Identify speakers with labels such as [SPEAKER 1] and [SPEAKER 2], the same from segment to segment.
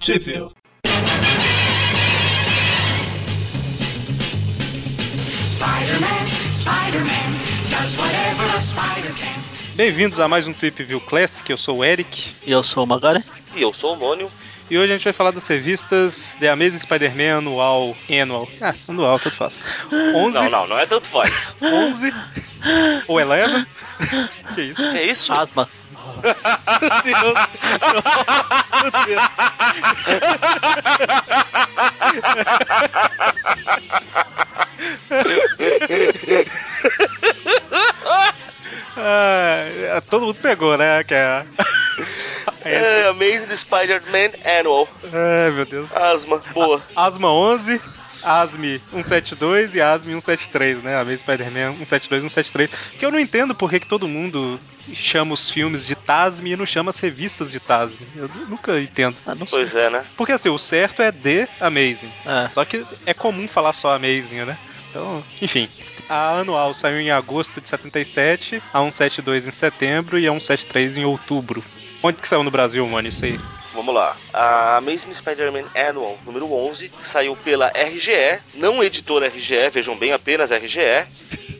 [SPEAKER 1] Sheffield.
[SPEAKER 2] Spider-Man, Spider-Man does whatever a spider can.
[SPEAKER 1] Bem-vindos a mais um Trip View Classic, eu sou o Eric
[SPEAKER 3] E eu sou o Magari.
[SPEAKER 4] E eu sou o Nônio.
[SPEAKER 1] e hoje a gente vai falar das revistas The Amazing Spider-Man Anual, Annual, ah, Anual, tanto faz, 11,
[SPEAKER 4] Não, não, não é tanto faz.
[SPEAKER 1] 11 ou Eleven, que isso,
[SPEAKER 4] É isso?
[SPEAKER 3] Asma.
[SPEAKER 1] meu Deus, meu Deus. Ah, todo mundo pegou, né? Que é...
[SPEAKER 4] É, Amazing Spider-Man Annual.
[SPEAKER 1] Ai, meu Deus.
[SPEAKER 4] Asma, boa.
[SPEAKER 1] Asma 11, Asme 172 e Asme 173, né? A vez Spider-Man 172 173. Que eu não entendo por que que todo mundo chama os filmes de Tasme e não chama as revistas de Tasme. Eu nu- nunca entendo.
[SPEAKER 3] Ah, não sei.
[SPEAKER 4] Pois é, né?
[SPEAKER 1] Porque assim, o certo é The Amazing.
[SPEAKER 3] É.
[SPEAKER 1] Só que é comum falar só Amazing, né? Então, enfim. A anual saiu em agosto de 77, a 172 em setembro e a 173 em outubro. Onde que saiu no Brasil, mano, isso aí?
[SPEAKER 4] Vamos lá. A Amazing Spider-Man Annual número 11 saiu pela RGE, não editora RGE, vejam bem, apenas RGE,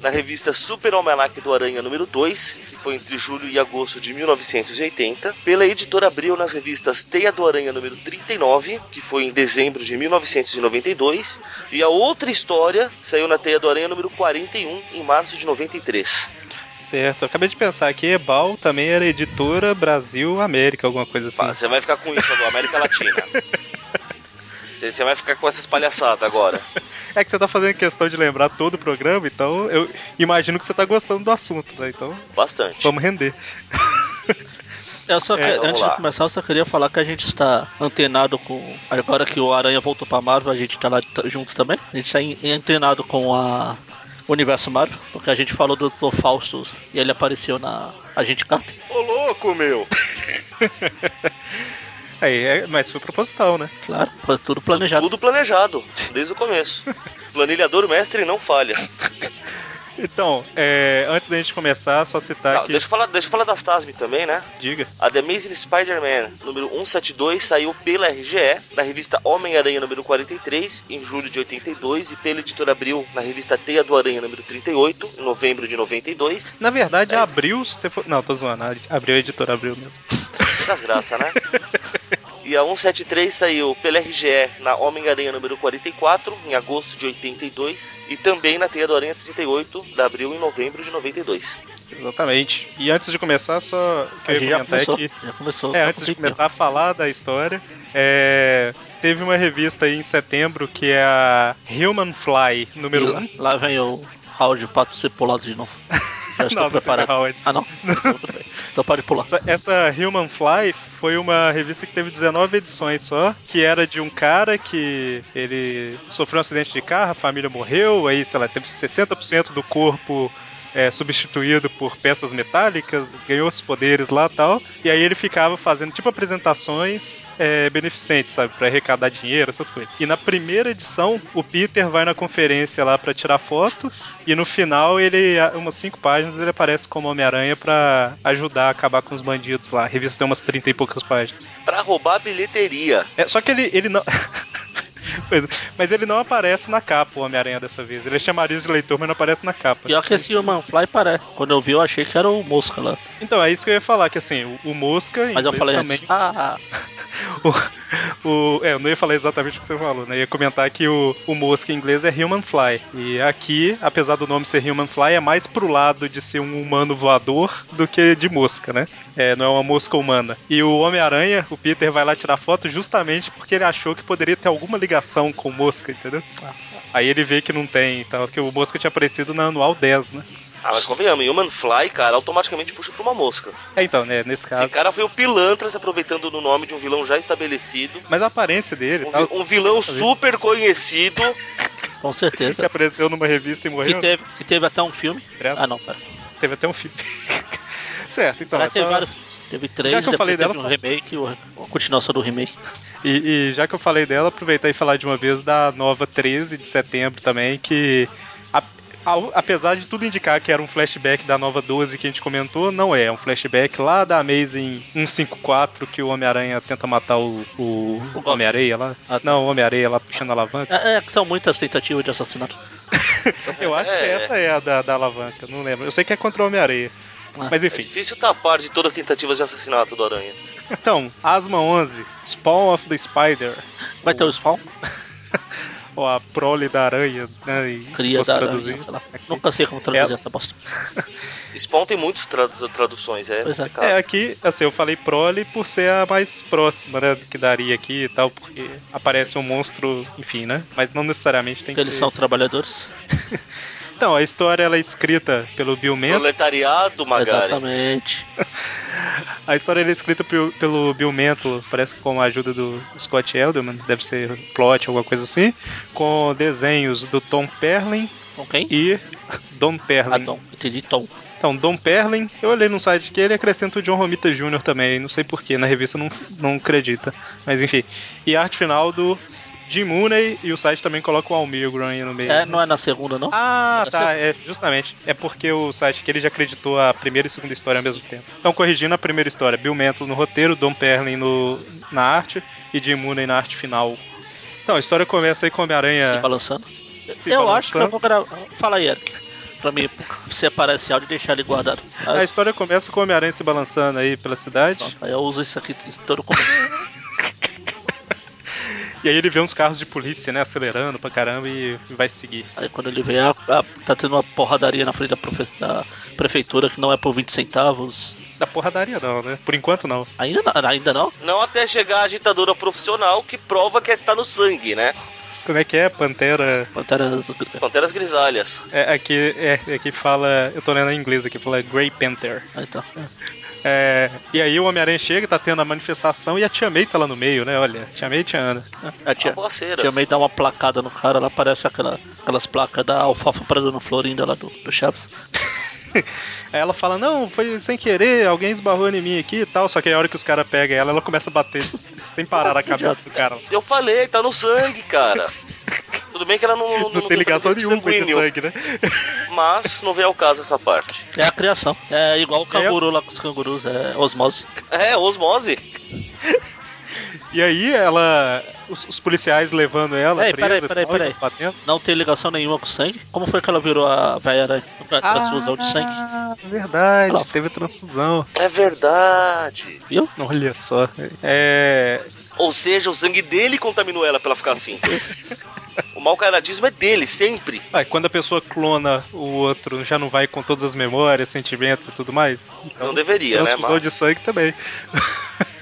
[SPEAKER 4] na revista Super Almanac do Aranha número 2, que foi entre julho e agosto de 1980, pela editora Abril nas revistas Teia do Aranha número 39, que foi em dezembro de 1992, e a outra história saiu na Teia do Aranha número 41 em março de 93.
[SPEAKER 1] Certo, eu acabei de pensar que Ebal também era editora Brasil América, alguma coisa assim.
[SPEAKER 4] Pá, Você vai ficar com isso agora, América Latina. Você você vai ficar com essas palhaçadas agora.
[SPEAKER 1] É que você tá fazendo questão de lembrar todo o programa, então eu imagino que você tá gostando do assunto, né? Então
[SPEAKER 4] Bastante.
[SPEAKER 1] vamos render.
[SPEAKER 3] Eu só que-
[SPEAKER 4] É, vamos
[SPEAKER 3] antes
[SPEAKER 4] lá.
[SPEAKER 3] de começar, eu só queria falar que a gente está antenado com. Agora que o Aranha voltou pra Marvel, a gente tá lá t- junto também. A gente está en- antenado com a o Universo Marvel, porque a gente falou do Dr. Fausto e ele apareceu na Agente Carter.
[SPEAKER 4] Ô louco, meu!
[SPEAKER 1] Aí, é, mas foi proposital, né?
[SPEAKER 3] Claro, foi tudo planejado.
[SPEAKER 4] Tá Tudo planejado, desde o começo. Planilhador mestre não falha.
[SPEAKER 1] Então, é, antes da gente começar, só citar
[SPEAKER 4] Não,
[SPEAKER 1] que.
[SPEAKER 4] deixa, eu falar, deixa eu falar das Tasme também, né?
[SPEAKER 1] Diga.
[SPEAKER 4] A The Amazing Spider-Man número 172 saiu pela RGE, na revista Homem-Aranha número 43, em julho de 82, e pela editora Abril, na revista Teia do Aranha número 38, em novembro de 92.
[SPEAKER 1] Na verdade,
[SPEAKER 4] É isso.
[SPEAKER 1] abriu, se você for. Não, tô zoando. a- Abriu a editora, abriu mesmo.
[SPEAKER 4] Das graças, né? E a 173 saiu pela RGE na Homem-Aranha número 44, em agosto de 82, e também na Teia do Aranha 38, da abril em novembro de 92.
[SPEAKER 1] Exatamente. E antes de começar, só o que
[SPEAKER 3] A
[SPEAKER 1] eu
[SPEAKER 3] gente
[SPEAKER 1] ia
[SPEAKER 3] já
[SPEAKER 1] comentar é
[SPEAKER 3] começou.
[SPEAKER 1] que.
[SPEAKER 3] Já começou.
[SPEAKER 1] É,
[SPEAKER 3] já
[SPEAKER 1] antes de
[SPEAKER 3] conseguiu.
[SPEAKER 1] começar a falar da história, é, teve uma revista aí em setembro que é a Human Fly
[SPEAKER 3] E
[SPEAKER 1] número 1.
[SPEAKER 3] lá, lá vem o Howard o Pato ser pulado de novo. Já estou preparado. Ah, não? Tudo bem. então pode pular.
[SPEAKER 1] Essa Human Fly foi uma revista que teve 19 edições só, que era de um cara que ele sofreu um acidente de carro, a família morreu, aí, sei lá, teve 60% do corpo é, substituído por peças metálicas, ganhou os poderes lá e tal, e aí ele ficava fazendo tipo apresentações é, beneficentes, sabe, pra arrecadar dinheiro, essas coisas. E na primeira edição, o Peter vai na conferência lá pra tirar foto, e no final, ele, umas cinco páginas, ele aparece como Homem-Aranha pra ajudar a acabar com os bandidos lá. A revista tem umas 30 e poucas páginas.
[SPEAKER 4] Pra roubar a bilheteria.
[SPEAKER 1] É, só que ele, ele não. Pois é, mas ele não aparece na capa, o Homem-Aranha dessa vez. Ele é chamariz de leitor, mas não aparece na capa.
[SPEAKER 3] Pior que esse Human Fly parece. Quando eu vi, eu achei que era o Mosca lá.
[SPEAKER 1] Então, é isso que eu ia falar, que assim, o, o Mosca. em
[SPEAKER 3] Mas eu
[SPEAKER 1] inglês
[SPEAKER 3] falei
[SPEAKER 1] também,
[SPEAKER 3] antes. Ah,
[SPEAKER 1] o, o- É, eu não ia falar exatamente o que você falou, né? Eu ia comentar que o, o Mosca em inglês é Human Fly. E aqui, apesar do nome ser Human Fly, é mais pro lado de ser um humano voador do que de mosca, né? É, não é uma mosca humana. E o Homem-Aranha, o Peter, vai lá tirar foto justamente porque ele achou que poderia ter alguma ligação com mosca, entendeu? Aí ele vê que não tem, então, que o mosca tinha aparecido na anual 10, né?
[SPEAKER 4] Ah, mas convenhamos, Human Fly, cara, automaticamente puxa pra uma mosca.
[SPEAKER 1] É, então, né? Nesse
[SPEAKER 4] Esse
[SPEAKER 1] caso.
[SPEAKER 4] cara foi o pilantra se aproveitando do nome de um vilão já estabelecido.
[SPEAKER 1] Mas a aparência dele,
[SPEAKER 4] Um,
[SPEAKER 1] tal,
[SPEAKER 4] vi- um vilão super conhecido.
[SPEAKER 3] com
[SPEAKER 1] que é
[SPEAKER 3] certeza.
[SPEAKER 1] apareceu numa revista e
[SPEAKER 3] Que
[SPEAKER 1] morreu,
[SPEAKER 3] teve, que teve até um filme.
[SPEAKER 1] graças
[SPEAKER 3] Ah, não, pera.
[SPEAKER 1] Teve até um filme. certo, então.
[SPEAKER 3] Aliás,
[SPEAKER 1] é
[SPEAKER 3] teve
[SPEAKER 1] só-
[SPEAKER 3] vários filmes. Teve três,
[SPEAKER 1] Já que eu
[SPEAKER 3] depois
[SPEAKER 1] falei
[SPEAKER 3] teve
[SPEAKER 1] dela,
[SPEAKER 3] um remake, o- a continuação do remake.
[SPEAKER 1] e, e já que eu falei dela, aproveitar e falar de uma vez da nova 13 de setembro também, que. a- Ao- apesar de tudo indicar que era um flashback da nova 12 que a gente comentou, não é. É um flashback lá da Amazing 154 que o Homem-Aranha tenta matar o, o,
[SPEAKER 3] O Goblin.
[SPEAKER 1] Homem-Areia lá.
[SPEAKER 3] Ah, tá.
[SPEAKER 1] Não, o Homem-Areia lá puxando a alavanca.
[SPEAKER 3] É, é que são muitas tentativas de assassinato.
[SPEAKER 1] Eu acho que
[SPEAKER 4] É.
[SPEAKER 1] essa é a da, da alavanca, não lembro. Eu sei que é contra o Homem-Areia.
[SPEAKER 3] Ah,
[SPEAKER 1] Mas
[SPEAKER 4] É
[SPEAKER 1] enfim.
[SPEAKER 4] difícil tapar de todas as tentativas de assassinato do Aranha.
[SPEAKER 1] Então, Asma 11, Spawn of the Spider.
[SPEAKER 3] Vai ter o spawn?
[SPEAKER 1] Ou a prole da aranha, né? e se
[SPEAKER 3] Cria
[SPEAKER 1] fosse
[SPEAKER 3] da
[SPEAKER 1] traduzir.
[SPEAKER 3] aranha, sei lá. Nunca sei como traduzir
[SPEAKER 1] É.
[SPEAKER 3] essa bosta.
[SPEAKER 4] Spawn tem muitas traduções, é
[SPEAKER 3] Pois é.
[SPEAKER 4] complicado.
[SPEAKER 1] É, aqui, assim, eu falei prole por ser a mais próxima, né, que daria aqui e tal, porque aparece um monstro, enfim, né? Mas não necessariamente tem que
[SPEAKER 3] Eles
[SPEAKER 1] ser.
[SPEAKER 3] são trabalhadores.
[SPEAKER 1] Então, a história ela é escrita pelo Bill Mann.
[SPEAKER 4] Proletariado, Magari.
[SPEAKER 3] Exatamente.
[SPEAKER 1] A história ela é escrita pelo, pelo Bill Mantle, parece que com a ajuda do Scott Elderman, deve ser plot, alguma coisa assim, com desenhos do Tom Perlin
[SPEAKER 3] Com quem?
[SPEAKER 1] e Don Perlin.
[SPEAKER 3] Ah, Tom. Entendi, Tom.
[SPEAKER 1] Então, Don Perlin, eu olhei num site que ele acrescenta o John Romita Jr. também, não sei porquê, na revista não, não acredita. Mas enfim. E a arte final do Jim Mooney, e o site também coloca o Almir Grant no meio.
[SPEAKER 3] É, não é na segunda, não?
[SPEAKER 1] Ah,
[SPEAKER 3] Era
[SPEAKER 1] tá, é, justamente. É porque o site que ele já acreditou a primeira e segunda história ao mesmo tempo. Então, corrigindo a primeira história, Bill Mantle no roteiro, Don Perlin no, na arte e Jim Mooney na arte final. Então, a história começa aí com
[SPEAKER 3] Se
[SPEAKER 1] Homem-Aranha.
[SPEAKER 3] balançando.
[SPEAKER 1] se
[SPEAKER 3] eu acho que eu
[SPEAKER 1] balançando.
[SPEAKER 3] vou gravar. Fala aí, Eric. Pra mim separar esse áudio e deixar ele guardado.
[SPEAKER 1] A
[SPEAKER 3] Aí,
[SPEAKER 1] história começa com o Homem-Aranha se balançando aí pela cidade.
[SPEAKER 3] pronto, aí eu uso isso aqui isso todo como.
[SPEAKER 1] E aí ele vê uns carros de polícia, né, acelerando pra caramba e vai seguir.
[SPEAKER 3] Aí quando ele vem, ah, ah, tá tendo uma porradaria na frente da, profe- da prefeitura que não é por 20 centavos.
[SPEAKER 1] Da porradaria não, né? Por enquanto não.
[SPEAKER 3] Ainda não, ainda não?
[SPEAKER 4] Não até chegar a agitadora profissional que prova que tá no sangue, né?
[SPEAKER 1] Como é que é? Pantera.
[SPEAKER 3] Pantera Azul.
[SPEAKER 4] Panteras grisalhas.
[SPEAKER 1] É, aqui, é, aqui fala. Eu tô lendo em inglês aqui, fala Grey Panther.
[SPEAKER 3] Ah, então.
[SPEAKER 1] É, e aí o Homem-Aranha chega, tá tendo a manifestação e a Tia May tá lá no meio, né? Olha, Tia May e Tia Ana.
[SPEAKER 3] A tia,
[SPEAKER 4] Babaceiras.
[SPEAKER 3] tia May dá uma placada no cara, lá parece aquela, aquelas placas da alfafa pra dona Florinda lá do, do Chaves.
[SPEAKER 1] Aí ela fala, não, foi sem querer, alguém esbarrou em mim aqui e tal. Só que aí a hora que os caras pegam ela, ela começa a bater sem parar a cabeça do cara.
[SPEAKER 4] Eu falei, tá no sangue, cara. Tudo bem que ela não,
[SPEAKER 1] Não tem ligação
[SPEAKER 4] tem
[SPEAKER 1] nenhuma com esse
[SPEAKER 4] sanguíneo,
[SPEAKER 1] sangue, né?
[SPEAKER 4] Mas não vem ao caso essa parte.
[SPEAKER 3] É a criação. É igual o canguru lá com os cangurus, é osmose.
[SPEAKER 4] É, osmose.
[SPEAKER 1] E aí ela. Os, os policiais levando ela.
[SPEAKER 3] Ei,
[SPEAKER 1] presa
[SPEAKER 3] peraí,
[SPEAKER 1] e
[SPEAKER 3] peraí,
[SPEAKER 1] tal, e
[SPEAKER 3] peraí.
[SPEAKER 1] batendo.
[SPEAKER 3] Não tem ligação nenhuma com sangue. Como foi que ela virou a velha aranha? Não foi a transfusão de sangue,
[SPEAKER 1] Ah, verdade,
[SPEAKER 3] Olha lá.
[SPEAKER 1] teve transfusão.
[SPEAKER 4] É verdade.
[SPEAKER 3] viu?
[SPEAKER 1] Olha só. É.
[SPEAKER 4] Ou seja, o sangue dele contaminou ela pra ela ficar assim. o mau caratismo é dele, sempre.
[SPEAKER 1] ah, quando a pessoa clona o outro, já não vai com todas as memórias, sentimentos e tudo mais? Então,
[SPEAKER 4] Não deveria, né?
[SPEAKER 1] É um transfusão
[SPEAKER 4] Mas...
[SPEAKER 1] de sangue também.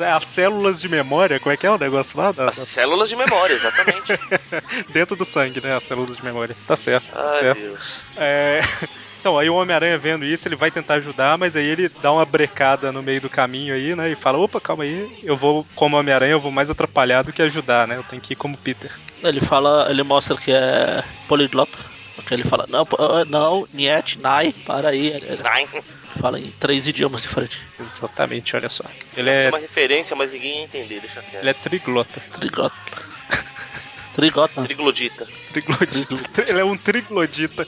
[SPEAKER 1] As células de memória, como é que é o negócio lá? Da-
[SPEAKER 4] As
[SPEAKER 1] da-
[SPEAKER 4] células de memória, exatamente.
[SPEAKER 1] Dentro do sangue, né? As células de memória. Tá certo. tá
[SPEAKER 4] Ai,
[SPEAKER 1] certo.
[SPEAKER 4] Deus.
[SPEAKER 1] É, Então, aí o Homem-Aranha vendo isso, ele vai tentar ajudar, mas aí ele dá uma brecada no meio do caminho aí, né? E fala, opa, calma aí, eu vou, como Homem-Aranha, eu vou mais atrapalhar do que ajudar, né? Eu tenho que ir como Peter.
[SPEAKER 3] Ele fala, ele mostra que é poliglota. Porque ele fala, não, po- ah, não, niet, nai, para aí. Ele
[SPEAKER 4] Ai,
[SPEAKER 3] fala em três idiomas diferentes.
[SPEAKER 1] Exatamente, olha só. Ele
[SPEAKER 4] é
[SPEAKER 1] é,
[SPEAKER 4] uma referência, mas ninguém ia entender, deixa quieto.
[SPEAKER 1] ele é triglota.
[SPEAKER 3] Trigota.
[SPEAKER 1] é-
[SPEAKER 3] Trigota.
[SPEAKER 4] Triglodita.
[SPEAKER 1] Triglodita. Tri- Ele é um triglodita.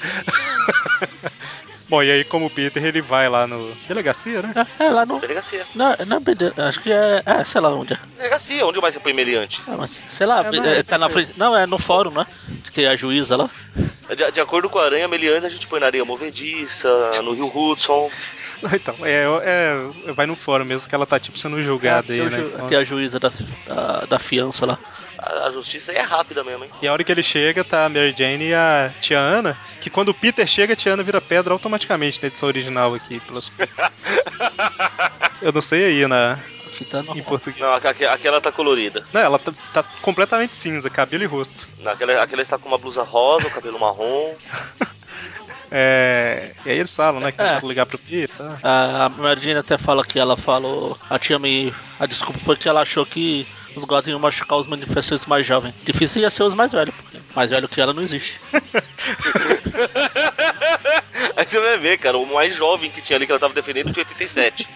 [SPEAKER 1] Bom, e aí como Peter, ele vai lá no... Delegacia, né?
[SPEAKER 3] É, é lá no.
[SPEAKER 4] Delegacia.
[SPEAKER 3] Não, não é BD, acho que é. É, sei lá onde é.
[SPEAKER 4] Delegacia, onde mais você põe meliantes?
[SPEAKER 3] Ah, mas, sei lá,
[SPEAKER 1] É,
[SPEAKER 3] be-
[SPEAKER 1] não é
[SPEAKER 3] é, tá na
[SPEAKER 1] BD.
[SPEAKER 3] frente. Não, é no fórum, né? Que tem a juíza lá.
[SPEAKER 4] De, de acordo com a aranha, meliantes a gente põe na areia movediça, no rio Hudson.
[SPEAKER 1] Não, Então, é, é- vai no fórum mesmo que ela tá, tipo, sendo julgada
[SPEAKER 3] É,
[SPEAKER 1] aí,
[SPEAKER 3] tem, o
[SPEAKER 1] né?
[SPEAKER 3] ju-
[SPEAKER 1] Então-
[SPEAKER 3] tem a juíza da, da, da fiança lá.
[SPEAKER 4] A, a justiça aí é rápida mesmo, hein?
[SPEAKER 1] E a hora que ele chega, tá a Mary Jane e a tia Ana, que quando o Peter chega, a tia Ana vira pedra automaticamente na edição original aqui. pelas- Eu não sei aí na...
[SPEAKER 3] Aqui tá no.
[SPEAKER 1] em português.
[SPEAKER 4] Não, aque- aque- aquela tá colorida.
[SPEAKER 1] Não, ela tá, tá completamente cinza, cabelo e rosto.
[SPEAKER 4] Aquela, aquela está com uma blusa rosa, o cabelo marrom.
[SPEAKER 1] É... E aí eles falam, né, que
[SPEAKER 3] É.
[SPEAKER 1] tem que ligar pro Peter. tá?
[SPEAKER 3] A Merdina até fala que ela falou. A tia me. A desculpa foi que ela achou que os gods iam machucar os manifestantes mais jovens. Difícil ia ser os mais velhos, porque mais velho que ela não existe.
[SPEAKER 4] Aí você vai ver, cara, o mais jovem que tinha ali que ela tava defendendo tinha 87.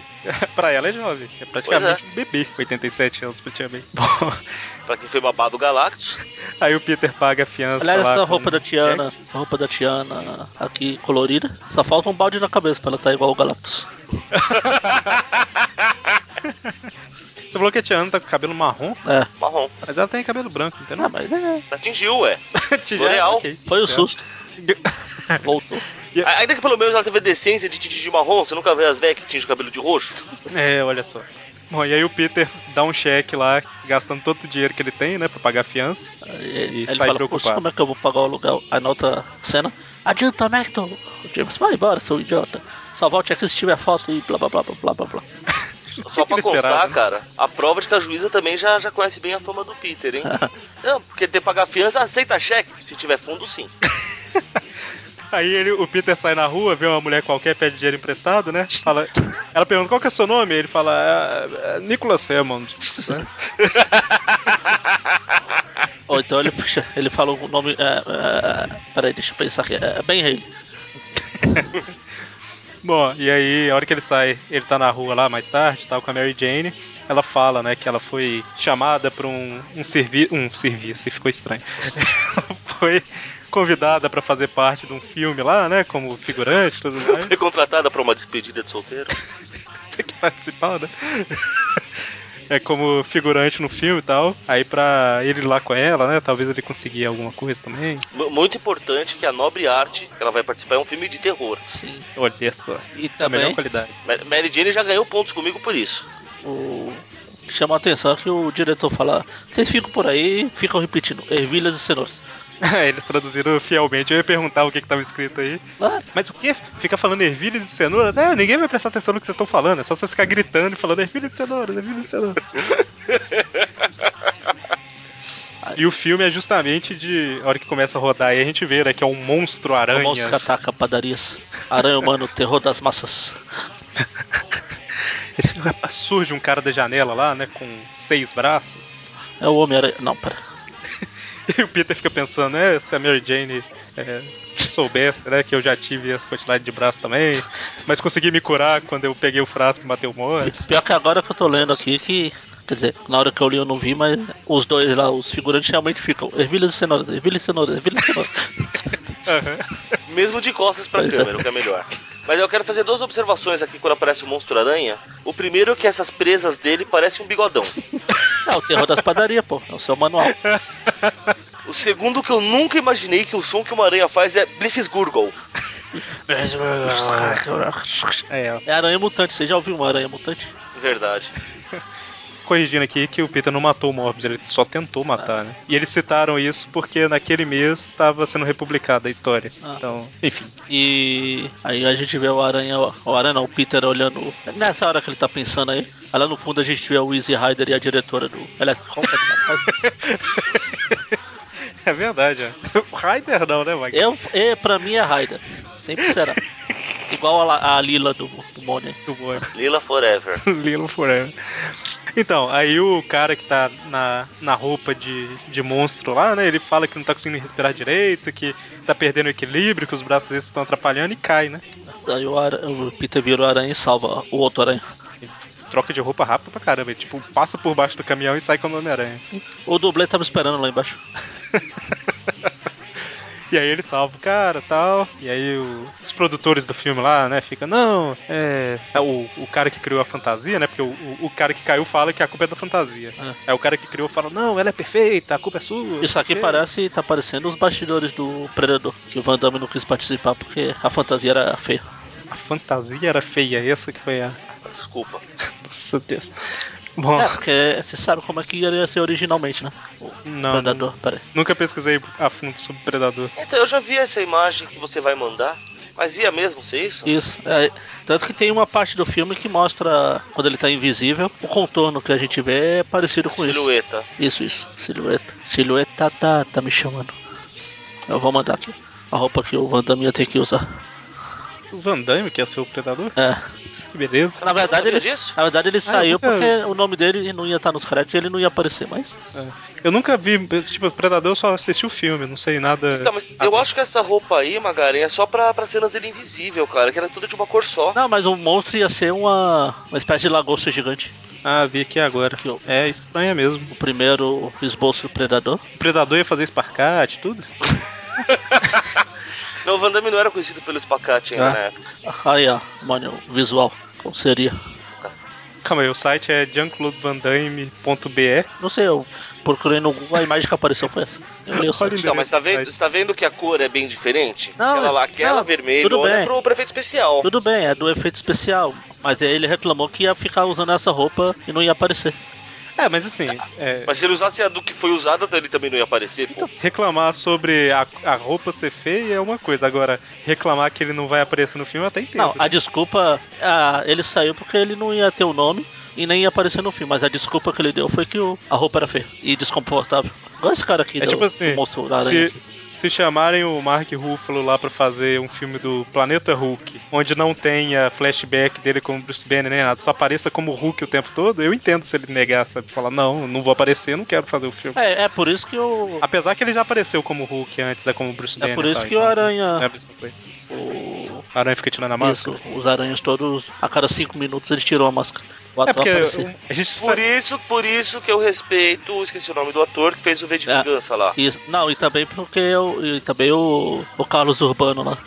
[SPEAKER 1] pra ela é jovem. É praticamente um bebê. 87 anos pra Tia May. Bom,
[SPEAKER 4] Pra quem foi babado Galactus.
[SPEAKER 1] aí o Peter paga a fiança.
[SPEAKER 3] Aliás,
[SPEAKER 1] lá
[SPEAKER 3] essa
[SPEAKER 1] com
[SPEAKER 3] roupa da
[SPEAKER 1] o
[SPEAKER 3] Tiana,
[SPEAKER 1] Jack.
[SPEAKER 3] essa roupa da Tiana aqui colorida, só falta um balde na cabeça pra ela tá igual o Galactus.
[SPEAKER 1] Você falou que a Tiana tá com cabelo marrom,
[SPEAKER 3] É,
[SPEAKER 4] Marrom.
[SPEAKER 1] mas ela tem cabelo branco, não tem
[SPEAKER 3] ah,
[SPEAKER 1] não?
[SPEAKER 3] mas é,
[SPEAKER 4] Atingiu, ué.
[SPEAKER 1] Te- já-
[SPEAKER 4] L'Oreal.
[SPEAKER 1] ok.
[SPEAKER 3] foi o susto, voltou.
[SPEAKER 4] A- Ainda que pelo menos ela teve a decência de tinge de marrom, você nunca vê as velhas que tingem o cabelo de roxo?
[SPEAKER 1] É, olha só. Bom, e aí o Peter dá um cheque lá, gastando todo o dinheiro que ele tem, né, pra pagar a fiança.
[SPEAKER 3] Aí ele
[SPEAKER 1] sai
[SPEAKER 3] fala,
[SPEAKER 1] preocupado.
[SPEAKER 3] "Poxa, como é que eu vou pagar o aluguel? Aí na outra cena, adianta, Macton. O James, vai embora, seu idiota. Só volte aqui se tiver foto e blá blá blá blá blá blá blá.
[SPEAKER 4] Só
[SPEAKER 1] que
[SPEAKER 4] pra
[SPEAKER 1] ele
[SPEAKER 4] constar,
[SPEAKER 1] esperava, né?
[SPEAKER 4] cara, a prova de que a juíza também já, já conhece bem a fama do Peter, hein? Não, porque ter que pagar fiança, aceita cheque? Se tiver fundo, sim.
[SPEAKER 1] Aí ele, o Peter sai na rua, vê uma mulher qualquer, pede dinheiro emprestado, né? Fala, ela pergunta qual que é o seu nome? Ele fala, "Ah, é Nicholas Hammond. né?
[SPEAKER 3] Ou então ele puxa, ele fala o nome. É, é, peraí, deixa eu pensar aqui. É Ben Haley.
[SPEAKER 1] Bom, e aí, a hora que ele sai, ele tá na rua lá mais tarde, tal, com a Mary Jane. Ela fala, né, que ela foi chamada pra um, um serviço. Um serviço, e ficou estranho. ela foi convidada pra fazer parte de um filme lá, né, como figurante e tudo
[SPEAKER 3] Hum?
[SPEAKER 1] mais.
[SPEAKER 4] Foi contratada pra uma despedida de solteiro.
[SPEAKER 1] Você que participar, né? É como figurante no filme e tal. Aí pra ele ir lá com ela, né? Talvez ele conseguir alguma coisa também.
[SPEAKER 4] M- Muito importante que a nobre arte que ela vai participar é um filme de terror.
[SPEAKER 3] Sim.
[SPEAKER 1] Olha só.
[SPEAKER 3] E
[SPEAKER 1] A melhor
[SPEAKER 3] também
[SPEAKER 1] qualidade.
[SPEAKER 4] Ma- Mary Jane já ganhou pontos comigo por isso.
[SPEAKER 3] o. Chama a atenção é que o diretor fala: vocês ficam por aí e ficam repetindo, ervilhas e cenouras.
[SPEAKER 1] Eles traduziram fielmente. Eu ia perguntar o que que tava escrito aí.
[SPEAKER 3] Ah,
[SPEAKER 1] Mas o quê? Fica falando ervilhas e cenouras? É, ninguém vai prestar atenção no que vocês estão falando. É só vocês ficar gritando e falando ervilhas e cenouras, ervilhas e cenouras. E o filme é justamente de. A hora que começa a rodar aí, a gente vê, né? Que é um monstro
[SPEAKER 3] o
[SPEAKER 1] aranha.
[SPEAKER 3] monstro que ataca padarias. Aranha humano, terror das massas.
[SPEAKER 1] Surge um cara da janela lá, né? Com seis braços.
[SPEAKER 3] É o Homem-Aranha. Não, pera.
[SPEAKER 1] E o Peter fica pensando, né? Se a Mary Jane é, soubesse, né? Que eu já tive essa quantidade de braços também. Mas consegui me curar quando eu peguei o frasco e matei o monstro.
[SPEAKER 3] Pior que agora que eu tô lendo aqui que. Quer dizer, na hora que eu li eu não vi, mas os dois lá, os figurantes realmente ficam. Ervilhas e cenouras, ervilhas e cenouras, ervilhas e cenouras.
[SPEAKER 4] Mesmo de costas pra
[SPEAKER 3] Pois é.
[SPEAKER 4] câmera, o que é melhor. Mas eu quero fazer duas observações aqui quando aparece o Monstro-Aranha. O primeiro é que essas presas dele parecem um bigodão.
[SPEAKER 3] é o terror das padarias, pô. É o seu manual.
[SPEAKER 4] O segundo que eu nunca imaginei que o som que uma aranha faz é Bliffsgurgle.
[SPEAKER 1] É,
[SPEAKER 3] É aranha mutante, você já ouviu uma aranha mutante?
[SPEAKER 4] Verdade.
[SPEAKER 1] corrigindo aqui que o Peter não matou o Morbius, ele só tentou matar, né? E eles citaram isso porque naquele mês estava sendo republicada a história.
[SPEAKER 3] Ah.
[SPEAKER 1] Então, enfim.
[SPEAKER 3] E aí a gente vê o aranha, o aranha não, o Peter olhando. Nessa hora que ele tá pensando aí, aí lá no fundo a gente vê o Easy Rider e a diretora do. Aliás, como é que-
[SPEAKER 1] É verdade, é. O Raider não, né, Mike?
[SPEAKER 3] eu, é, pra mim é Rider. Sempre será. Igual a, La- a Lila do, do Money.
[SPEAKER 1] Muito bom.
[SPEAKER 4] Lila Forever.
[SPEAKER 1] Lilo Forever. Então, aí o cara que tá na, na roupa de, de monstro lá, né? Ele fala que não tá conseguindo respirar direito, que tá perdendo o equilíbrio, que os braços deles estão atrapalhando e cai, né?
[SPEAKER 3] Aí o, ara- o Peter vira o aranha e salva o outro aranha.
[SPEAKER 1] Ele troca de roupa rápido pra caramba. Ele, tipo, passa por baixo do caminhão e sai com o Homem-Aranha.
[SPEAKER 3] O dublê tá me esperando lá embaixo.
[SPEAKER 1] E aí ele salva o cara tal. E aí o- os produtores do filme lá, né, fica, não, é. é o, o cara que criou a fantasia, né? Porque o, o, o cara que caiu fala que a culpa é da fantasia.
[SPEAKER 3] Ah.
[SPEAKER 1] Aí o cara que criou fala, não, ela é perfeita, a culpa é sua.
[SPEAKER 3] Isso aqui
[SPEAKER 1] você-
[SPEAKER 3] parece, tá parecendo os bastidores do Predador, que o Van Damme não quis participar porque a fantasia era feia.
[SPEAKER 1] A fantasia era feia, essa que foi a.
[SPEAKER 4] Desculpa.
[SPEAKER 1] Nossa Deus. Bom,
[SPEAKER 3] É, porque você sabe como é que ia ser originalmente, né? O
[SPEAKER 1] Não,
[SPEAKER 3] Predador, peraí.
[SPEAKER 1] nunca pesquisei a fundo sobre predador.
[SPEAKER 4] Então, eu já vi essa imagem que você vai mandar. Mas ia mesmo ser isso?
[SPEAKER 3] Isso. é, tanto que tem uma parte do filme que mostra, quando ele tá invisível, o contorno que a gente vê é parecido com isso.
[SPEAKER 4] Silhueta.
[SPEAKER 3] Isso, isso. Silhueta. Silhueta tá, tá me chamando. Eu vou mandar aqui. A roupa que o Van Damme ia ter que usar.
[SPEAKER 1] O Van Damme, que é o seu predador?
[SPEAKER 3] É.
[SPEAKER 1] que beleza.
[SPEAKER 3] Na verdade,
[SPEAKER 4] Sabia
[SPEAKER 3] ele,
[SPEAKER 4] disso?
[SPEAKER 3] na verdade, ele saiu
[SPEAKER 1] nunca-
[SPEAKER 3] porque o nome dele não ia estar nos créditos e ele não ia aparecer mais.
[SPEAKER 1] É. Eu nunca vi, tipo, Predador eu só assisti o filme, não sei nada.
[SPEAKER 3] É.
[SPEAKER 4] Então, mas eu acho que essa roupa aí, Magaren, é só pra, pra cenas dele invisível, cara, que era tudo de uma cor só.
[SPEAKER 3] Não, mas o monstro ia ser uma, uma espécie de lagosta gigante.
[SPEAKER 1] Ah, vi aqui agora.
[SPEAKER 3] Que eu-
[SPEAKER 1] É estranha mesmo.
[SPEAKER 3] O primeiro esboço do predador.
[SPEAKER 1] O Predador ia fazer esparcate, tudo?
[SPEAKER 4] Não, o Van Damme não era conhecido pelo espacate ainda
[SPEAKER 1] Ah.
[SPEAKER 4] na época.
[SPEAKER 3] Aí, ó, mano, o visual. Como seria?
[SPEAKER 1] Calma aí, o site é jean-claudevandame.br.
[SPEAKER 3] Não sei, eu procurei no Google, a imagem que apareceu foi essa. Eu li o site.
[SPEAKER 4] Então, mas tá vendo,
[SPEAKER 1] Site.
[SPEAKER 4] você tá vendo que a cor é bem diferente?
[SPEAKER 3] Não,
[SPEAKER 4] aquela lá, aquela
[SPEAKER 3] não,
[SPEAKER 4] vermelha,
[SPEAKER 3] tudo
[SPEAKER 4] olha
[SPEAKER 3] bem.
[SPEAKER 4] pro, pro efeito especial.
[SPEAKER 3] Tudo bem, é do efeito especial. Mas aí ele reclamou que ia ficar usando essa roupa e não ia aparecer.
[SPEAKER 1] É, mas assim, é,
[SPEAKER 4] Mas se ele usasse a do que foi usada, então ele também não ia aparecer,
[SPEAKER 3] Então,
[SPEAKER 4] pô.
[SPEAKER 1] reclamar sobre a, a roupa ser feia é uma coisa. Agora, reclamar que ele não vai aparecer no filme eu até entendo.
[SPEAKER 3] Não, a desculpa. ah, ele saiu porque ele não ia ter o nome e nem ia aparecer no filme. Mas a desculpa que ele deu foi que o- a roupa era feia e desconfortável. Igual esse cara aqui,
[SPEAKER 1] É
[SPEAKER 3] do, né?
[SPEAKER 1] tipo assim,
[SPEAKER 3] do monstro da aranha
[SPEAKER 1] se,
[SPEAKER 3] aqui.
[SPEAKER 1] se chamarem o Mark Ruffalo lá pra fazer um filme do Planeta Hulk, onde não tenha flashback dele como Bruce Banner nem nada, só apareça como Hulk o tempo todo, eu entendo se ele negar, sabe? Falar, não, não vou aparecer, não quero fazer o filme.
[SPEAKER 3] É, é por isso que o.
[SPEAKER 1] Apesar que ele já apareceu como Hulk antes, da como Bruce Banner.
[SPEAKER 3] É por
[SPEAKER 1] e
[SPEAKER 3] isso
[SPEAKER 1] tal,
[SPEAKER 3] que o
[SPEAKER 1] então, É a
[SPEAKER 3] aranha.
[SPEAKER 1] mesma coisa.
[SPEAKER 3] o-
[SPEAKER 1] A aranha fica tirando a
[SPEAKER 3] isso,
[SPEAKER 1] máscara.
[SPEAKER 3] os aranhas todos, a cada cinco minutos eles tiram a máscara. O
[SPEAKER 1] É
[SPEAKER 3] ator
[SPEAKER 1] porque
[SPEAKER 3] aparecer.
[SPEAKER 1] a gente
[SPEAKER 4] Por
[SPEAKER 1] sabe.
[SPEAKER 4] isso, por isso que eu respeito, esqueci o nome do ator que fez o V de
[SPEAKER 3] É.
[SPEAKER 4] Vingança lá.
[SPEAKER 3] Isso, não, e também porque eu, e também o, o Carlos Urbano lá.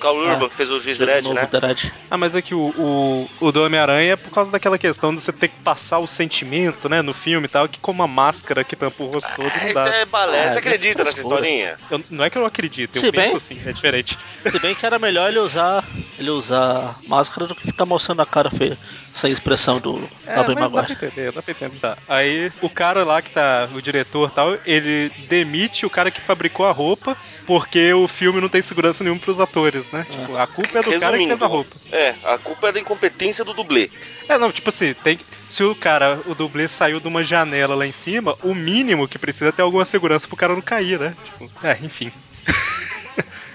[SPEAKER 4] Carl
[SPEAKER 3] É.
[SPEAKER 4] Urban, que fez o Juiz
[SPEAKER 3] o
[SPEAKER 4] Dredd,
[SPEAKER 3] novo
[SPEAKER 4] né?
[SPEAKER 3] Dredd.
[SPEAKER 1] Ah, mas é que o, o, o do Homem-Aranha é por causa daquela questão de você ter que passar o sentimento, né, no filme e tal, que com uma máscara que tampa o rosto todo
[SPEAKER 4] É,
[SPEAKER 1] não
[SPEAKER 4] isso
[SPEAKER 1] dá.
[SPEAKER 4] é balé.
[SPEAKER 3] Ah,
[SPEAKER 4] Você
[SPEAKER 3] é
[SPEAKER 4] acredita nessa
[SPEAKER 3] frescura.
[SPEAKER 4] historinha?
[SPEAKER 1] Eu- não é que eu não acredito, eu
[SPEAKER 3] Se
[SPEAKER 1] penso
[SPEAKER 3] bem-
[SPEAKER 1] assim, é diferente.
[SPEAKER 3] Se bem que era melhor ele usar, ele usar máscara do que ficar mostrando a cara feia, sem expressão do
[SPEAKER 1] É,
[SPEAKER 3] Tobey
[SPEAKER 1] mas dá pra
[SPEAKER 3] Maguire.
[SPEAKER 1] entender, dá pra entender. Tá. Aí o cara lá que tá, o diretor e tal, ele demite o cara que fabricou a roupa, porque o filme não tem segurança nenhuma pros atores, né? Tipo,
[SPEAKER 3] Ah.
[SPEAKER 1] a culpa é do cara que fez a roupa.
[SPEAKER 4] É, a culpa é da incompetência do dublê.
[SPEAKER 1] É, não, tipo assim, tem que- se o cara, o dublê saiu de uma janela lá em cima, o mínimo que precisa é ter alguma segurança pro cara não cair, né? Tipo, é, enfim.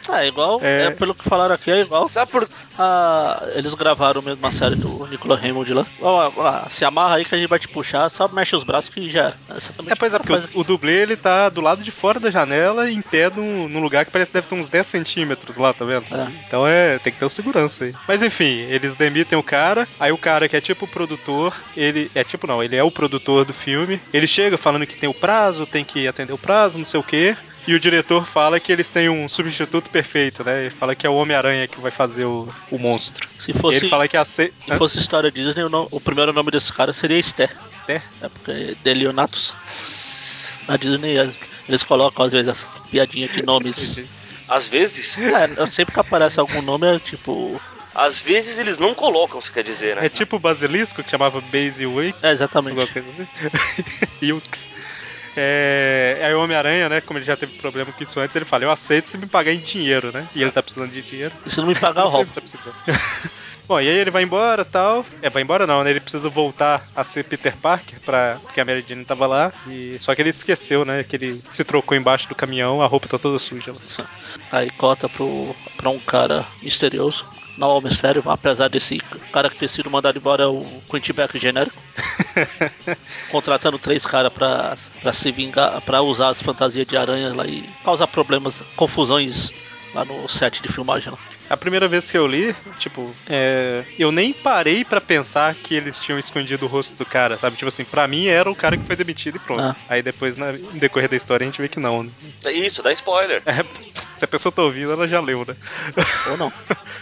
[SPEAKER 3] Ah, é igual,
[SPEAKER 1] É.
[SPEAKER 3] é, pelo que falaram aqui, é igual.
[SPEAKER 4] Sabe por
[SPEAKER 3] a- eles gravaram mesmo a série do Nicolas Raymond lá. Ó, ó, ó, se amarra aí que a gente vai te puxar, só mexe os braços que já era. Exatamente
[SPEAKER 1] É, pois é,
[SPEAKER 3] o que o cara faz
[SPEAKER 1] porque o, o dublê ele tá do lado de fora da janela e em pé num, num lugar que parece que deve ter uns 10 centímetros lá, tá vendo?
[SPEAKER 3] É.
[SPEAKER 1] Então é, tem que ter um segurança aí. Mas enfim, eles demitem o cara, aí o cara que é tipo o produtor, ele. É tipo não, ele é o produtor do filme. Ele chega falando que tem o prazo, tem que atender o prazo, não sei o quê. E o diretor fala que eles têm um substituto perfeito, né? Ele fala que é o Homem-Aranha que vai fazer o, o monstro.
[SPEAKER 3] aqui. É, se fosse,
[SPEAKER 1] Ele fala que é a C.
[SPEAKER 3] se fosse história Disney, o, no- o primeiro nome desse cara seria Esther. É porque Delionatus. Na Disney as- eles colocam às vezes essas piadinhas de nomes.
[SPEAKER 4] Às vezes,
[SPEAKER 3] É, eu sempre que aparece algum nome é tipo.
[SPEAKER 4] às vezes eles não colocam, você quer dizer, né?
[SPEAKER 1] É tipo o basilisco que chamava Base Wakes.
[SPEAKER 3] É, exatamente.
[SPEAKER 1] Alguma coisa assim. Yux. É, aí o Homem-Aranha, né? Como ele já teve problema com isso antes, ele fala: Eu aceito se me pagar em dinheiro, né? E ele tá precisando de dinheiro.
[SPEAKER 3] E se não me pagar, eu
[SPEAKER 1] Ele
[SPEAKER 3] roubo.
[SPEAKER 1] sempre tá precisando. Bom, e aí ele vai embora tal. É, vai embora não, né? Ele precisa voltar a ser Peter Parker, pra... porque a Mary Jane tava lá. E... Só que ele esqueceu, né? Que ele se trocou embaixo do caminhão, a roupa tá toda suja lá.
[SPEAKER 3] Aí corta pro, pra um cara misterioso. Não é um mistério, apesar desse cara que ter sido mandado embora é o Quentin Beck genérico. Contratando três caras pra, pra se vingar, pra usar as fantasias de aranha lá e causar problemas, confusões lá no set de filmagem. Lá.
[SPEAKER 1] A primeira vez que eu li, tipo, é, eu nem parei pra pensar que eles tinham escondido o rosto do cara, sabe? Tipo assim, pra mim era o cara que foi demitido e pronto.
[SPEAKER 3] Ah.
[SPEAKER 1] Aí depois, na, no decorrer da história, a gente vê que não, né?
[SPEAKER 4] É Isso, dá spoiler.
[SPEAKER 1] É, se a pessoa tá ouvindo, ela já leu, né?
[SPEAKER 3] Ou não.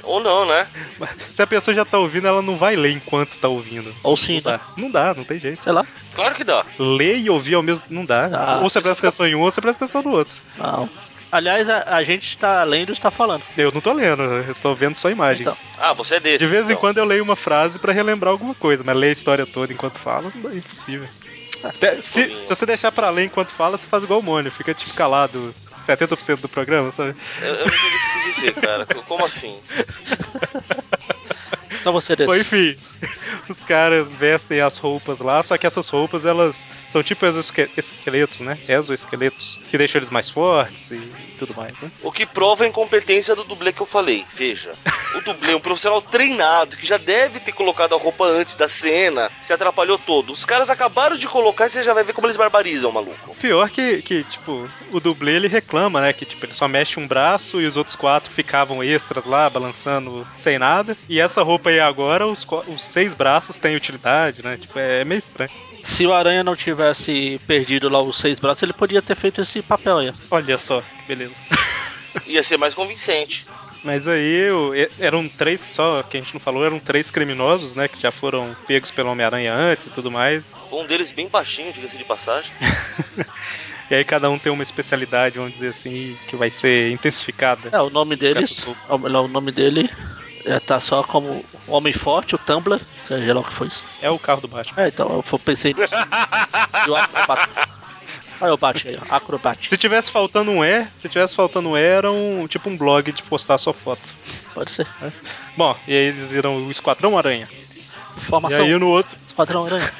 [SPEAKER 4] Ou não, né?
[SPEAKER 1] Mas se a pessoa já tá ouvindo, ela não vai ler enquanto tá ouvindo.
[SPEAKER 3] Ou sim, tá. né?
[SPEAKER 1] Não dá, não, dá, não tem jeito.
[SPEAKER 3] Sei lá.
[SPEAKER 4] Claro que dá.
[SPEAKER 1] Ler e ouvir ao mesmo. Não dá.
[SPEAKER 3] Ah.
[SPEAKER 1] ou você presta atenção em um, ou você presta atenção no outro.
[SPEAKER 3] Não. Ah, Aliás, a, a gente está lendo e está falando.
[SPEAKER 1] Eu não tô lendo, eu tô vendo só imagens.
[SPEAKER 3] Então.
[SPEAKER 4] Ah, você é desse.
[SPEAKER 1] De vez em
[SPEAKER 4] então.
[SPEAKER 1] quando eu leio uma frase pra relembrar alguma coisa, mas ler a história toda enquanto fala não dá, é impossível. Até- se, se você deixar pra ler enquanto fala, você faz igual o Mônio, fica tipo calado 70% do programa, sabe?
[SPEAKER 4] Eu, eu não entendi o que você quis dizer, cara. Como assim?
[SPEAKER 3] Então você desce.
[SPEAKER 1] Bom, enfim, os caras vestem as roupas lá, só que essas roupas elas são tipo exoesqueletos, né? Exoesqueletos, que deixam eles mais fortes e tudo mais, né?
[SPEAKER 4] O que prova a incompetência do dublê que eu falei. Veja, o dublê é um profissional treinado que já deve ter colocado a roupa antes da cena, se atrapalhou todo. Os caras acabaram de colocar e você já vai ver como eles barbarizam, maluco.
[SPEAKER 1] Pior que, que, tipo, o dublê ele reclama, né? Que, tipo, ele só mexe um braço e os outros quatro ficavam extras lá, balançando sem nada. E essa roupa aí agora, os, co- os seis braços têm utilidade, né? Tipo, é meio estranho.
[SPEAKER 3] Se o Aranha não tivesse perdido lá os seis braços, ele podia ter feito esse papel aí.
[SPEAKER 1] Olha só, que beleza.
[SPEAKER 4] Ia ser mais convincente.
[SPEAKER 1] Mas aí o- e- eram três só, que a gente não falou, eram três criminosos, né? Que já foram pegos pelo Homem-Aranha antes e tudo mais.
[SPEAKER 4] Um deles bem baixinho, diga-se de passagem.
[SPEAKER 1] E aí cada um tem uma especialidade, vamos dizer assim, que vai ser intensificada.
[SPEAKER 3] É, o nome deles, ou melhor, o nome dele é, tá só como Homem Forte, o Tumblr, seja lá o que foi isso.
[SPEAKER 1] É o carro do Batman.
[SPEAKER 3] É, então eu fo- pensei nisso. E o Acrobat. Aí eu bati aí, ó, Acrobat.
[SPEAKER 1] Se tivesse faltando um E, se tivesse faltando um E, era um tipo um blog de postar só foto.
[SPEAKER 3] Pode ser.
[SPEAKER 1] Bom, e aí eles viram o Esquadrão Aranha. E
[SPEAKER 3] Formação,
[SPEAKER 1] aí no outro.
[SPEAKER 3] Esquadrão Aranha.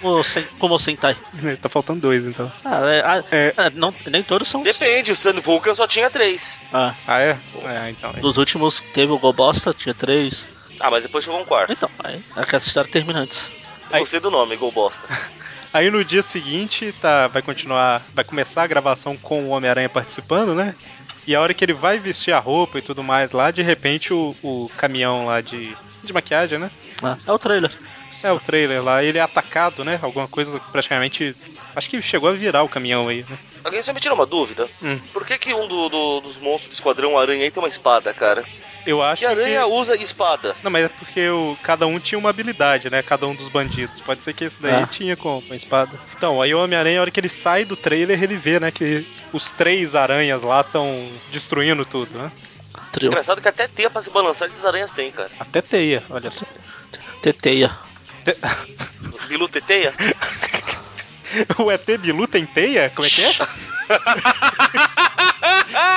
[SPEAKER 3] Como, sen, como Sentai.
[SPEAKER 1] né, Tá faltando dois então.
[SPEAKER 3] Ah, é, ah,
[SPEAKER 1] É.
[SPEAKER 3] ah, não, nem todos são.
[SPEAKER 4] Depende, o Sand Vulcan só tinha três.
[SPEAKER 3] Ah,
[SPEAKER 1] Ah, é? É, então.
[SPEAKER 3] dos últimos teve o Golbosta, tinha três.
[SPEAKER 4] Ah, mas depois chegou um quarto.
[SPEAKER 3] Então, aí, é que essa história termina antes.
[SPEAKER 4] Eu Gostei do nome, gol bosta.
[SPEAKER 1] Aí no dia seguinte, tá, vai continuar, vai começar a gravação com o Homem-Aranha participando, né? E a hora que ele vai vestir a roupa e tudo mais lá, de repente o, o caminhão lá de, de maquiagem, né?
[SPEAKER 3] Ah, é o trailer.
[SPEAKER 1] É o trailer lá, ele é atacado, né? Alguma coisa praticamente. Acho que chegou a virar o caminhão aí, né?
[SPEAKER 4] Alguém só me tirou uma dúvida.
[SPEAKER 1] Hum.
[SPEAKER 4] Por que, que um do- do- dos monstros do Esquadrão Aranha aí tem uma espada, cara?
[SPEAKER 1] Eu acho
[SPEAKER 4] Que aranha
[SPEAKER 1] Assim
[SPEAKER 4] é
[SPEAKER 1] que.
[SPEAKER 4] usa espada.
[SPEAKER 1] Não, mas é porque o, cada um tinha uma habilidade, né? Cada um dos bandidos. Pode ser que esse daí
[SPEAKER 3] Ah.
[SPEAKER 1] tinha com com a espada. Então, aí o Homem-Aranha, a hora que ele sai do trailer, ele vê, né? Que os três aranhas lá estão destruindo tudo, né?
[SPEAKER 3] Trio.
[SPEAKER 4] Engraçado que até teia pra se balançar essas aranhas tem, cara.
[SPEAKER 1] Até teia, olha só. É.
[SPEAKER 3] Teteia.
[SPEAKER 4] Bilu teteia?
[SPEAKER 1] O ET Bilu tem teia? Como é que é?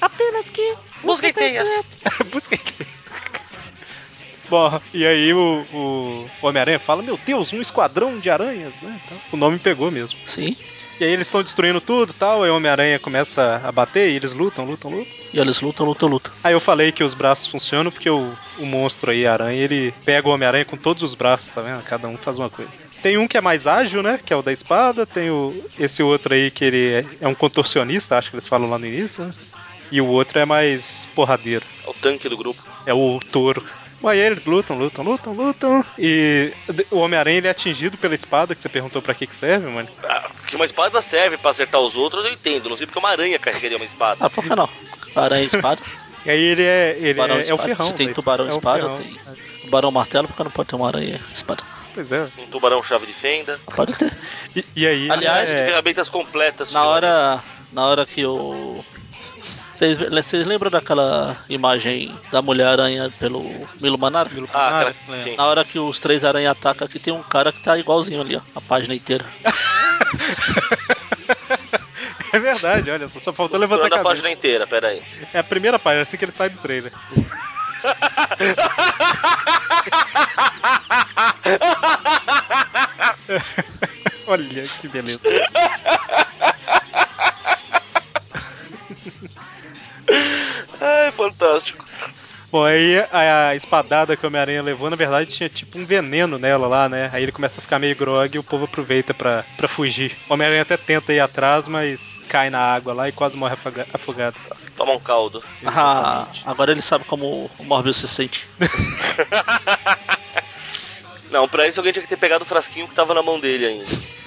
[SPEAKER 1] Apenas que.
[SPEAKER 4] Busquem teias.
[SPEAKER 1] Busquem teia. Bom, e aí o, o Homem-Aranha fala: Meu Deus, um esquadrão de aranhas, né? Então, o nome pegou mesmo.
[SPEAKER 3] Sim.
[SPEAKER 1] E aí eles estão destruindo tudo e tal. Aí o Homem-Aranha começa a bater e eles lutam, lutam, lutam.
[SPEAKER 3] E eles lutam, lutam, lutam.
[SPEAKER 1] Aí eu falei que os braços funcionam porque o, o monstro aí, a aranha, ele pega o Homem-Aranha com todos os braços, tá vendo? Cada um faz uma coisa. Tem um que é mais ágil, né? Que é o da espada. Tem o, esse outro aí que ele é, é um contorcionista, acho que eles falam lá no início, né? E o outro é mais porradeiro.
[SPEAKER 4] É o tanque do grupo.
[SPEAKER 1] É o touro. Aí eles lutam, lutam, lutam, lutam. E o Homem-Aranha ele é atingido pela espada, que você perguntou pra que que serve, mano.
[SPEAKER 4] Ah, que uma espada serve pra acertar os outros, eu entendo. Não sei porque uma aranha carregaria uma espada.
[SPEAKER 3] Ah, por que não? Aranha e espada.
[SPEAKER 1] E aí ele é. Ele
[SPEAKER 3] Tubarão
[SPEAKER 1] é, é o
[SPEAKER 3] espada.
[SPEAKER 1] ferrão.
[SPEAKER 3] Se tem
[SPEAKER 1] né?
[SPEAKER 3] tubarão
[SPEAKER 1] É o
[SPEAKER 3] espada,
[SPEAKER 1] ferrão.
[SPEAKER 3] tem tubarão martelo, porque não pode ter uma aranha e espada.
[SPEAKER 1] Pois é.
[SPEAKER 4] Um tubarão chave de fenda.
[SPEAKER 3] Pode ter.
[SPEAKER 1] E, e aí.
[SPEAKER 4] Aliás,
[SPEAKER 1] é-
[SPEAKER 4] ferramentas completas.
[SPEAKER 3] Na hora. Na hora que o. Vocês vocês lembram daquela imagem da mulher aranha pelo Milo Manara?
[SPEAKER 4] Ah,
[SPEAKER 1] Ah,
[SPEAKER 4] cara, sim.
[SPEAKER 3] Na hora que os três aranha atacam aqui tem um cara que tá igualzinho ali, ó. A página inteira.
[SPEAKER 1] É verdade, olha só, só faltou levantar a
[SPEAKER 4] Turando a
[SPEAKER 1] cabeça.
[SPEAKER 4] página inteira, pera aí.
[SPEAKER 1] É a primeira página, assim que ele sai do trailer. olha que beleza.
[SPEAKER 4] Ai, fantástico.
[SPEAKER 1] Bom, aí a, a espadada que o Homem-Aranha levou, na verdade, tinha tipo um veneno nela lá, né? Aí ele começa a ficar meio grog e o povo aproveita pra, pra fugir. O Homem-Aranha até tenta ir atrás, mas cai na água lá e quase morre afoga- afogado.
[SPEAKER 4] Toma um caldo.
[SPEAKER 3] Ah, agora ele sabe como o Morbius se sente.
[SPEAKER 4] Não, pra isso alguém tinha que ter pegado o frasquinho que tava na mão dele ainda.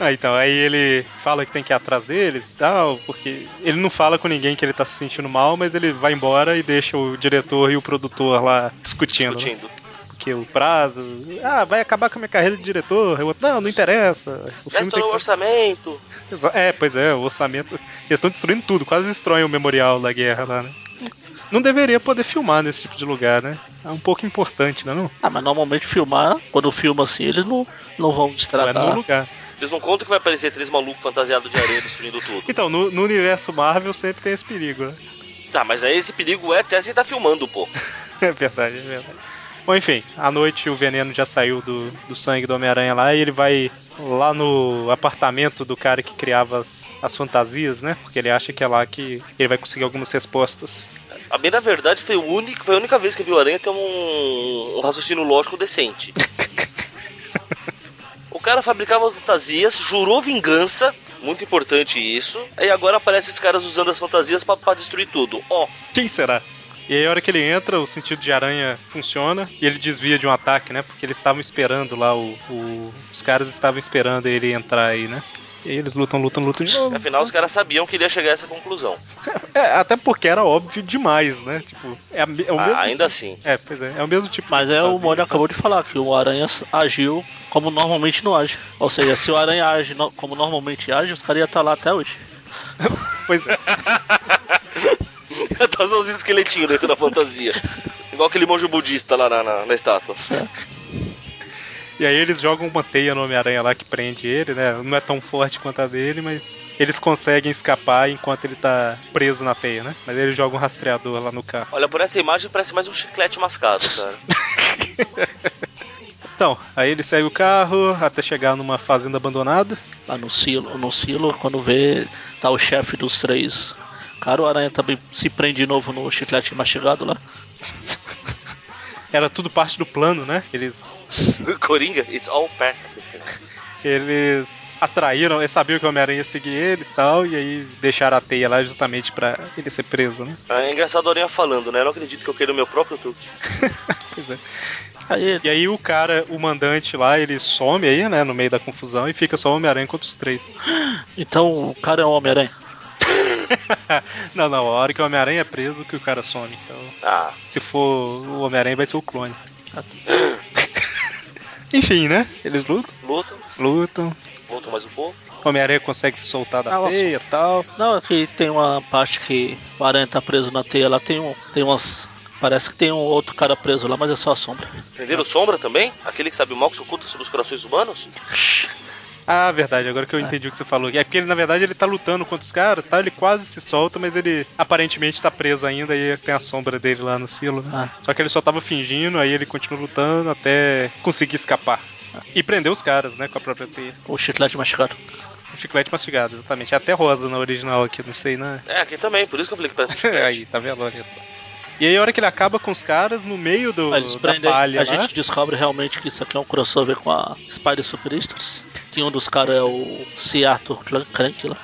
[SPEAKER 1] Ah, então, aí ele fala que tem que ir atrás deles e tal, porque ele não fala com ninguém que ele tá se sentindo mal, mas ele vai embora e deixa o diretor e o produtor lá discutindo. né?
[SPEAKER 4] Discutindo.
[SPEAKER 1] Porque o prazo. Ah, vai acabar com a minha carreira de diretor. Eu, não, não interessa. O
[SPEAKER 4] Já
[SPEAKER 1] filme tem
[SPEAKER 4] estourou o
[SPEAKER 1] que ser...
[SPEAKER 4] orçamento.
[SPEAKER 1] Exa- É, pois é, o orçamento. Eles estão destruindo tudo, quase destroem o memorial da guerra lá, né? Não deveria poder filmar nesse tipo de lugar, né? É um pouco importante, né? Não,
[SPEAKER 3] Ah, mas normalmente filmar, quando filma assim, eles não, não vão
[SPEAKER 1] não é no
[SPEAKER 3] destratar.
[SPEAKER 1] lugar.
[SPEAKER 4] Eles não contam que vai aparecer três malucos fantasiados de areia destruindo tudo.
[SPEAKER 1] Então, no, no universo Marvel sempre tem esse perigo, né?
[SPEAKER 4] é Tá, mas aí esse perigo é até você tá filmando, pô.
[SPEAKER 1] É verdade, é verdade. Bom, enfim, à noite o veneno já saiu do, do sangue do Homem-Aranha lá e ele vai lá no apartamento do cara que criava as, as fantasias, né? Porque ele acha que é lá que ele vai conseguir algumas respostas.
[SPEAKER 4] A bem na verdade foi, o único, foi a única vez que eu vi o Aranha ter um, um raciocínio lógico decente. o cara fabricava as fantasias, jurou vingança, muito importante isso, e agora aparecem os caras usando as fantasias pra- pra destruir tudo. Ó,
[SPEAKER 1] Quem será? E aí, a hora que ele entra, o sentido de aranha funciona e ele desvia de um ataque, né? Porque eles estavam esperando lá, o, o- os caras estavam esperando ele entrar aí, né? E aí eles lutam, lutam, lutam de novo.
[SPEAKER 4] afinal os caras sabiam que ele ia chegar a essa conclusão.
[SPEAKER 1] É, até porque era óbvio demais, né? Tipo, é, a me- é o
[SPEAKER 4] Ah,
[SPEAKER 1] mesmo.
[SPEAKER 4] ainda
[SPEAKER 1] tipo-
[SPEAKER 4] assim.
[SPEAKER 1] É, pois é, é o mesmo tipo.
[SPEAKER 3] Mas
[SPEAKER 1] de
[SPEAKER 3] é o
[SPEAKER 1] fantasia.
[SPEAKER 3] Mônio acabou de falar que o Aranha agiu como normalmente não age. Ou seja, se o Aranha age no- como normalmente age, os caras iam estar lá até hoje.
[SPEAKER 1] Pois é.
[SPEAKER 4] tá só os esqueletinhos dentro da fantasia. Igual aquele monge budista lá na, na, na estátua.
[SPEAKER 1] E aí eles jogam uma teia no Homem-Aranha lá que prende ele, né? Não é tão forte quanto a dele, mas eles conseguem escapar enquanto ele tá preso na teia, né? Mas eles jogam um rastreador lá no carro.
[SPEAKER 4] Olha, por essa imagem parece mais um chiclete mascado, cara.
[SPEAKER 1] Então, aí ele segue o carro até chegar numa fazenda abandonada.
[SPEAKER 3] Lá no silo, no silo, quando vê, tá o chefe dos três. Cara, o Aranha também se prende de novo no chiclete mastigado lá.
[SPEAKER 1] Era tudo parte do plano, né? Eles
[SPEAKER 4] Coringa, it's all part of the plan.
[SPEAKER 1] eles atraíram, eles sabiam que o Homem-Aranha ia seguir eles e tal, e aí deixaram a teia lá justamente pra ele ser preso, né?
[SPEAKER 4] Ah, É engraçado o Aranha falando, né? Eu não acredito que eu queira o meu próprio truque.
[SPEAKER 1] Pois é.
[SPEAKER 3] Aí,
[SPEAKER 1] E aí o cara, o mandante lá, ele some aí, né, no meio da confusão e fica só o Homem-Aranha contra os três.
[SPEAKER 3] então o cara é um Homem-Aranha.
[SPEAKER 1] não, não, a hora que o Homem-Aranha é preso que o cara some, então.
[SPEAKER 4] Ah,
[SPEAKER 1] Se for o Homem-Aranha vai ser o clone. Enfim, né? Eles lutam,
[SPEAKER 4] lutam,
[SPEAKER 1] lutam.
[SPEAKER 4] lutam mais um pouco.
[SPEAKER 1] O Homem-Aranha consegue se soltar da
[SPEAKER 3] Nossa.
[SPEAKER 1] teia e tal.
[SPEAKER 3] Não, é que tem uma parte que o Aranha tá preso na teia lá, tem um. Tem umas. Parece que tem um outro cara preso lá, mas é só a sombra.
[SPEAKER 4] Prenderam o Sombra também? Aquele que sabe o mal que se oculta sobre os corações humanos?
[SPEAKER 1] Ah, verdade, agora que eu entendi o que você falou. É porque ele, na verdade, ele tá lutando contra os caras, tá? Ele quase se solta, mas ele aparentemente tá preso ainda e tem a sombra dele lá no silo. né?
[SPEAKER 3] Ah.
[SPEAKER 1] Só que ele só tava fingindo, aí ele continua lutando até conseguir escapar. E prender os caras, né, com a própria teia.
[SPEAKER 3] O é chiclete mastigado.
[SPEAKER 1] Um chiclete mastigado, exatamente. É até rosa na original aqui, não sei, né?
[SPEAKER 4] É, aqui também, por isso que eu falei que parece um
[SPEAKER 1] aí,
[SPEAKER 4] chiclete.
[SPEAKER 1] tá vendo? Olha só. E aí a hora que ele acaba com os caras, no meio do,
[SPEAKER 3] Eles
[SPEAKER 1] da
[SPEAKER 3] prendem.
[SPEAKER 1] palha é? lá...
[SPEAKER 3] A gente descobre realmente que isso aqui é um crossover com a Spider Superstars. Que um dos caras é o C. Arthur Clan- Crank lá.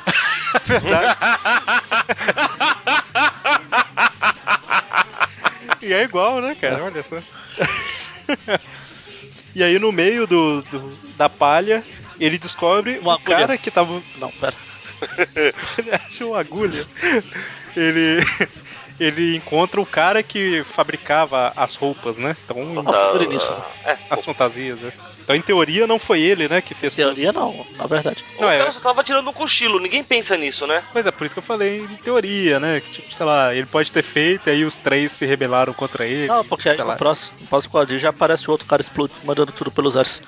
[SPEAKER 1] E é igual, né, cara? Olha só. e aí no meio do, do- da palha, ele descobre
[SPEAKER 3] Uma
[SPEAKER 1] o
[SPEAKER 3] agulha.
[SPEAKER 1] cara que tava.
[SPEAKER 3] Não, pera.
[SPEAKER 1] Ele acha uma agulha. Ele. Ele encontra o cara que fabricava as roupas, né? Então,
[SPEAKER 3] Nossa, brilhíssimo.
[SPEAKER 4] É,
[SPEAKER 1] as fantasias, né? Então, em teoria, não foi ele, né, que fez.
[SPEAKER 3] Teoria não, na verdade.
[SPEAKER 4] os
[SPEAKER 1] Não, é-
[SPEAKER 4] caras só tava tirando um cochilo, ninguém pensa nisso, né?
[SPEAKER 1] Pois é, por isso que eu falei em teoria, né? Que, tipo, sei lá, ele pode ter feito, aí os três se rebelaram contra ele.
[SPEAKER 3] Não, porque aí
[SPEAKER 1] sei
[SPEAKER 3] no
[SPEAKER 1] lá.
[SPEAKER 3] próximo, no próximo quadrinho já aparece o outro cara explodindo, mandando tudo pelos ares.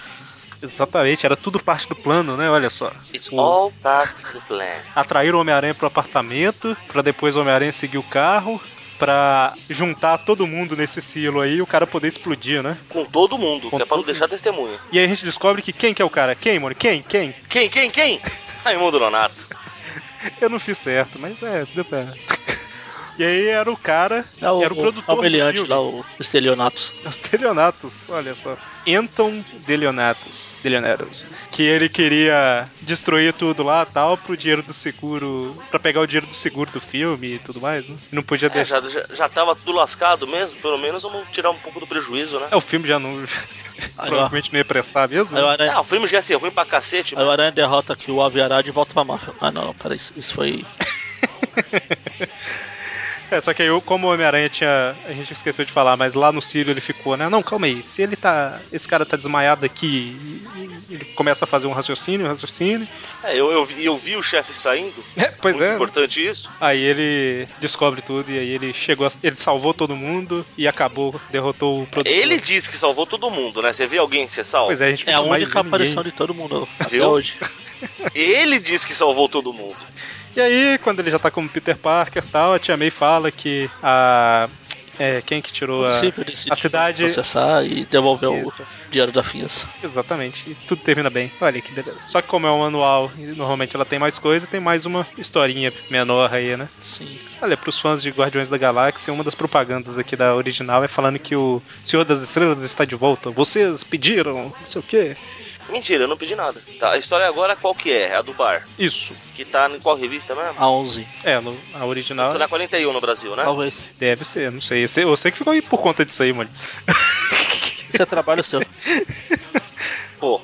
[SPEAKER 1] Exatamente, era tudo parte do plano, né? Olha só.
[SPEAKER 4] It's
[SPEAKER 1] O-
[SPEAKER 4] all part of the plan.
[SPEAKER 1] atrair o Homem-Aranha pro apartamento, pra depois o Homem-Aranha seguir o carro, pra juntar todo mundo nesse silo aí e o cara poder explodir, né?
[SPEAKER 4] Com todo mundo,
[SPEAKER 1] Com
[SPEAKER 4] que é pra não
[SPEAKER 1] todo
[SPEAKER 4] deixar testemunha.
[SPEAKER 1] E aí a gente descobre que quem que é o cara? Quem, mano? Quem? Quem?
[SPEAKER 4] Quem, quem, quem? Raimundo Nonato.
[SPEAKER 1] Eu não fiz certo, mas é, deu pra... E aí era o cara,
[SPEAKER 3] É o,
[SPEAKER 1] era o
[SPEAKER 3] o,
[SPEAKER 1] produtor do
[SPEAKER 3] humilhante
[SPEAKER 1] filme.
[SPEAKER 3] lá, o Estelionatos.
[SPEAKER 1] Os Delionatos, olha só. Anton Delionatos, Delionatos, que ele queria destruir tudo lá tal pro dinheiro do seguro, pra pegar o dinheiro do seguro do filme e tudo mais, né? Não podia
[SPEAKER 4] É,
[SPEAKER 1] deixar
[SPEAKER 4] já, já, já tava tudo lascado mesmo, pelo menos vamos tirar um pouco do prejuízo, né?
[SPEAKER 1] É, o filme já não.
[SPEAKER 3] Aí, ó.
[SPEAKER 1] provavelmente não ia prestar mesmo.
[SPEAKER 3] Aí o
[SPEAKER 1] né?
[SPEAKER 3] Aranha,
[SPEAKER 4] Ah, o filme já é assim, ruim pra cacete,
[SPEAKER 3] aí
[SPEAKER 4] mas
[SPEAKER 3] o Aranha derrota aqui o Ave Arad e volta pra Marvel. Ah não, não, peraí, isso isso foi.
[SPEAKER 1] É, só que aí, eu, como o Homem-Aranha tinha. A gente esqueceu de falar, mas lá no Círio ele ficou, né? Não, calma aí. Se ele tá. Esse cara tá desmaiado aqui, e- e ele começa a fazer um raciocínio, um raciocínio.
[SPEAKER 4] é, eu, eu, vi- eu vi o chefe saindo,
[SPEAKER 1] É, pois
[SPEAKER 4] muito
[SPEAKER 1] é.
[SPEAKER 4] importante isso.
[SPEAKER 1] Aí ele descobre tudo e aí ele chegou. a- ele salvou todo mundo e acabou, derrotou o produtor.
[SPEAKER 4] Ele diz que salvou todo mundo, né? Você vê alguém que você salva?
[SPEAKER 1] Pois é, a gente
[SPEAKER 3] É a
[SPEAKER 1] não mais
[SPEAKER 3] única
[SPEAKER 1] vê ninguém.
[SPEAKER 3] aparição de todo mundo até
[SPEAKER 4] Viu?
[SPEAKER 3] hoje.
[SPEAKER 1] é.
[SPEAKER 4] Ele diz que salvou todo mundo.
[SPEAKER 1] E aí, quando ele já tá como Peter Parker e tal, a tia May fala que a. é, quem que tirou
[SPEAKER 3] O
[SPEAKER 1] a,
[SPEAKER 3] município decidiu
[SPEAKER 1] a cidade.
[SPEAKER 3] processar e devolver
[SPEAKER 1] Isso.
[SPEAKER 3] o dinheiro da fiança.
[SPEAKER 1] Exatamente. E tudo termina bem. Olha que beleza. Só que como é um manual e normalmente ela tem mais coisa, tem mais uma historinha menor aí, né?
[SPEAKER 3] Sim.
[SPEAKER 1] Olha, pros fãs de Guardiões da Galáxia, uma das propagandas aqui da original é falando que o Senhor das Estrelas está de volta. Vocês pediram, não sei o quê.
[SPEAKER 4] Mentira, eu não pedi nada. Tá, a história agora qual que é? É A do bar.
[SPEAKER 1] Isso.
[SPEAKER 4] Que tá em qual revista mesmo?
[SPEAKER 3] A 11,
[SPEAKER 1] É, no- a original
[SPEAKER 4] Tá na 41 no Brasil, né?
[SPEAKER 3] talvez.
[SPEAKER 1] deve ser, não sei. Eu sei, eu sei que ficou aí por conta disso aí, mano.
[SPEAKER 3] Isso é trabalho seu.
[SPEAKER 4] Pô,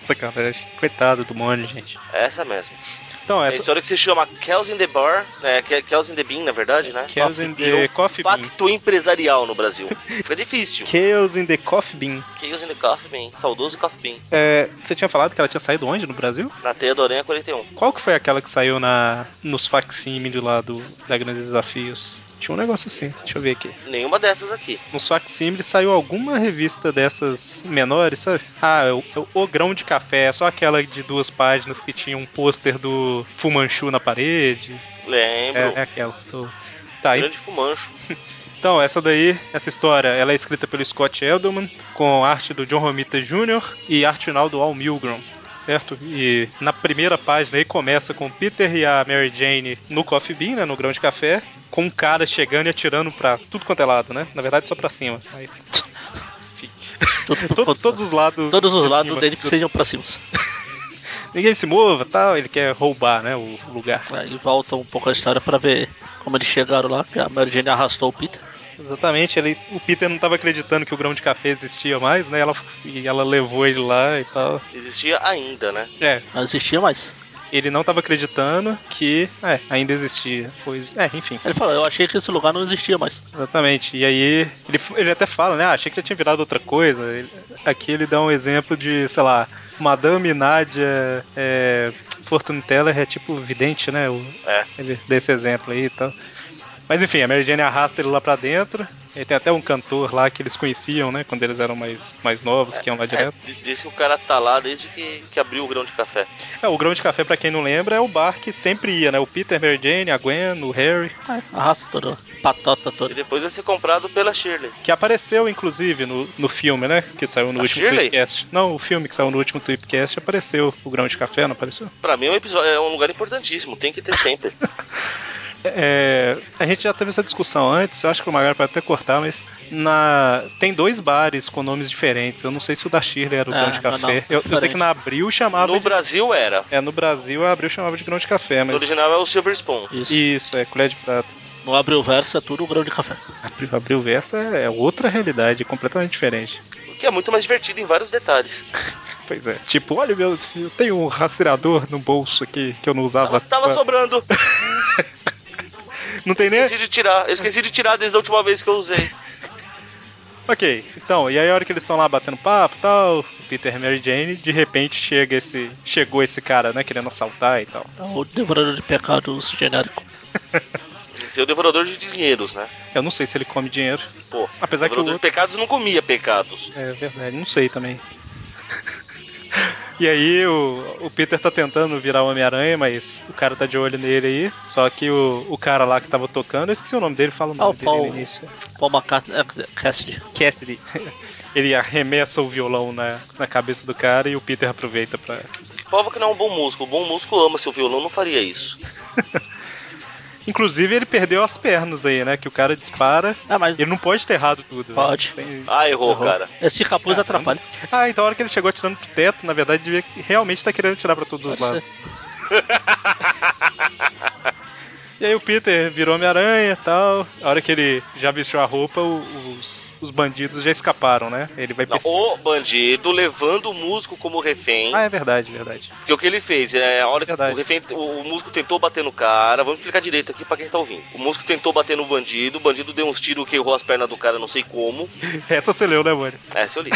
[SPEAKER 1] Sacanagem. Coitado do Mônio, gente.
[SPEAKER 4] é essa mesmo.
[SPEAKER 1] Então,
[SPEAKER 4] É a
[SPEAKER 1] essa.
[SPEAKER 4] história que se chama Kells in the Bar, né? Ke- Kells in the Bean, na verdade, né?
[SPEAKER 1] Chaos in the Coffee é Bean.
[SPEAKER 4] Pacto empresarial no Brasil. Fica difícil.
[SPEAKER 1] Chaos in the Coffee Bean.
[SPEAKER 4] Chaos in the Coffee Bean, saudoso Coffee Bean.
[SPEAKER 1] É, você tinha falado que ela tinha saído onde no Brasil?
[SPEAKER 4] Na teia da Aranha 41.
[SPEAKER 1] Qual que foi aquela que saiu na nos facsímile lá do da Grandes Desafios? Tinha um negócio assim, deixa eu ver aqui.
[SPEAKER 4] Nenhuma dessas aqui.
[SPEAKER 1] Nos facsímile saiu alguma revista dessas menores, sabe? Ah, é o, é o O Grão de Café, é só aquela de duas páginas que tinha um pôster do Fumanchu na parede.
[SPEAKER 4] Lembro.
[SPEAKER 1] É, é aquela. Tô- Tá,
[SPEAKER 4] Grande fumancho.
[SPEAKER 1] então essa daí, essa história, ela é escrita pelo Scott Edelman, com arte do John Romita Jr. e arte final do Al Milgrom. Certo? E na primeira página aí começa com o Peter e a Mary Jane no coffee bean, né, no grão de café, com um cara chegando e atirando pra tudo quanto é lado, né? Na verdade, só pra cima, mas. Enfim.
[SPEAKER 3] Tudo-
[SPEAKER 1] To- todos os lados.
[SPEAKER 3] Todos os
[SPEAKER 1] de
[SPEAKER 3] lados
[SPEAKER 1] cima.
[SPEAKER 3] dele que sejam pra cima.
[SPEAKER 1] Ninguém se mova tal, ele quer roubar, né? O lugar.
[SPEAKER 3] Aí volta um pouco a história pra ver como eles chegaram lá, que a Mary Jane arrastou o Peter.
[SPEAKER 1] Exatamente, ele, o Peter não tava acreditando que o grão de café existia mais, né? Ela, e ela levou ele lá e tal.
[SPEAKER 4] Existia ainda, né?
[SPEAKER 1] É,
[SPEAKER 3] Não existia mais.
[SPEAKER 1] ele não estava acreditando que é, ainda existia. Pois, é, enfim,
[SPEAKER 3] Ele falou, eu achei que esse lugar não existia mais.
[SPEAKER 1] exatamente. E aí, ele, ele até fala, né? Ah, achei que já tinha virado outra coisa. Ele- aqui ele dá um exemplo de, sei lá, Madame Nádia é, Fortune Teller é tipo vidente, né? O,
[SPEAKER 4] É.
[SPEAKER 1] Ele dá esse exemplo aí e tal. Mas enfim, a Mary Jane arrasta ele lá pra dentro. E tem até um cantor lá que eles conheciam, né? Quando eles eram mais, mais novos, que iam lá direto.
[SPEAKER 4] É, d- diz que o cara tá lá desde que, que abriu o grão de café.
[SPEAKER 1] É, o Grão de Café, pra quem não lembra, é o bar que sempre ia, né? O Peter, Mary Jane, a Gwen, o Harry.
[SPEAKER 3] Arrasta toda, patota
[SPEAKER 4] E
[SPEAKER 3] toda.
[SPEAKER 4] depois vai ser comprado pela Shirley.
[SPEAKER 1] Que apareceu, inclusive, no, no filme, né? Que saiu no
[SPEAKER 4] A
[SPEAKER 1] último
[SPEAKER 4] Shirley?
[SPEAKER 1] Tweepcast. Não, o filme que saiu no último Tweepcast apareceu. O grão de café não apareceu?
[SPEAKER 4] Pra mim é um, episódio, é um lugar importantíssimo, tem que ter sempre.
[SPEAKER 1] É, a gente já teve essa discussão antes, eu acho que o Magari pode até cortar, mas na, tem dois bares com nomes diferentes. Eu não sei se o da Shirley era o
[SPEAKER 3] Ah,
[SPEAKER 1] grão de
[SPEAKER 3] não,
[SPEAKER 1] café.
[SPEAKER 3] não,
[SPEAKER 1] eu, eu sei
[SPEAKER 3] diferente.
[SPEAKER 1] que na Abril chamava.
[SPEAKER 4] No
[SPEAKER 1] de,
[SPEAKER 4] Brasil era.
[SPEAKER 1] é, no Brasil a Abril chamava de grão de café,
[SPEAKER 4] No
[SPEAKER 1] mas.
[SPEAKER 4] original é o Silver Spoon.
[SPEAKER 3] Isso.
[SPEAKER 1] Isso, é colher de prata.
[SPEAKER 3] Não abriu o verso, é tudo um grão de café.
[SPEAKER 1] Abril, Abril Versa é outra realidade, completamente diferente.
[SPEAKER 4] O que é muito mais divertido em vários detalhes.
[SPEAKER 1] Pois é. Tipo, olha, meu, eu tenho um rastreador no bolso aqui que eu não usava.
[SPEAKER 4] Tava, tava sobrando.
[SPEAKER 1] Não tem nem.
[SPEAKER 4] Esqueci de tirar. Eu esqueci de tirar desde a última vez que eu usei.
[SPEAKER 1] Ok, então, e aí a hora que eles estão lá batendo papo e tal, o Peter e a Mary Jane, de repente chega esse. Chegou esse cara, né, querendo assaltar e tal.
[SPEAKER 3] É o devorador de pecados genérico.
[SPEAKER 4] Esse é o devorador de dinheiros, né?
[SPEAKER 1] Eu não sei se ele come dinheiro.
[SPEAKER 4] Pô,
[SPEAKER 1] Apesar que o
[SPEAKER 4] devorador de
[SPEAKER 1] outro.
[SPEAKER 4] pecados não comia pecados.
[SPEAKER 1] É verdade, não sei também. E aí o, o Peter tá tentando virar o Homem-Aranha, mas o cara tá de olho nele aí. Só que o, o cara lá que tava tocando, eu esqueci o nome dele, fala o
[SPEAKER 3] Ah, o
[SPEAKER 1] nome dele
[SPEAKER 3] Paul.
[SPEAKER 1] no início.
[SPEAKER 3] Paul McCartney, é, quer dizer, Cassidy.
[SPEAKER 1] Cassidy. Ele arremessa o violão na, na cabeça do cara e o Peter aproveita pra.
[SPEAKER 4] Prova que não é um bom músico. O bom músico ama seu violão, não faria isso.
[SPEAKER 1] Inclusive ele perdeu as pernas aí, né? Que o cara dispara
[SPEAKER 3] Ah, mas
[SPEAKER 1] Ele não pode ter errado tudo. né?
[SPEAKER 3] Pode.
[SPEAKER 1] Tem-
[SPEAKER 4] Ah, errou,
[SPEAKER 3] errou.
[SPEAKER 4] cara.
[SPEAKER 3] esse capuz atrapalha.
[SPEAKER 1] Ah, então a hora que ele chegou atirando pro teto, na verdade, devia realmente tá querendo tirar pra todos os
[SPEAKER 3] Pode
[SPEAKER 1] lados. E aí o Peter virou Homem-Aranha e tal. A hora que ele já vestiu a roupa, o- os, os bandidos já escaparam, né? Ele vai
[SPEAKER 4] Não,
[SPEAKER 3] oh,
[SPEAKER 1] pesquisar.
[SPEAKER 4] o bandido levando o músico como refém.
[SPEAKER 1] Ah, é verdade, verdade.
[SPEAKER 4] Porque o que ele fez é a hora que
[SPEAKER 1] Verdade.
[SPEAKER 4] o, refém, o, o músico tentou bater no cara. Vamos explicar direito aqui pra quem tá ouvindo. O músico tentou bater no bandido, o bandido deu uns tiros que errou as pernas do cara, não sei como.
[SPEAKER 1] Essa você leu, né, mano?
[SPEAKER 4] Essa eu li.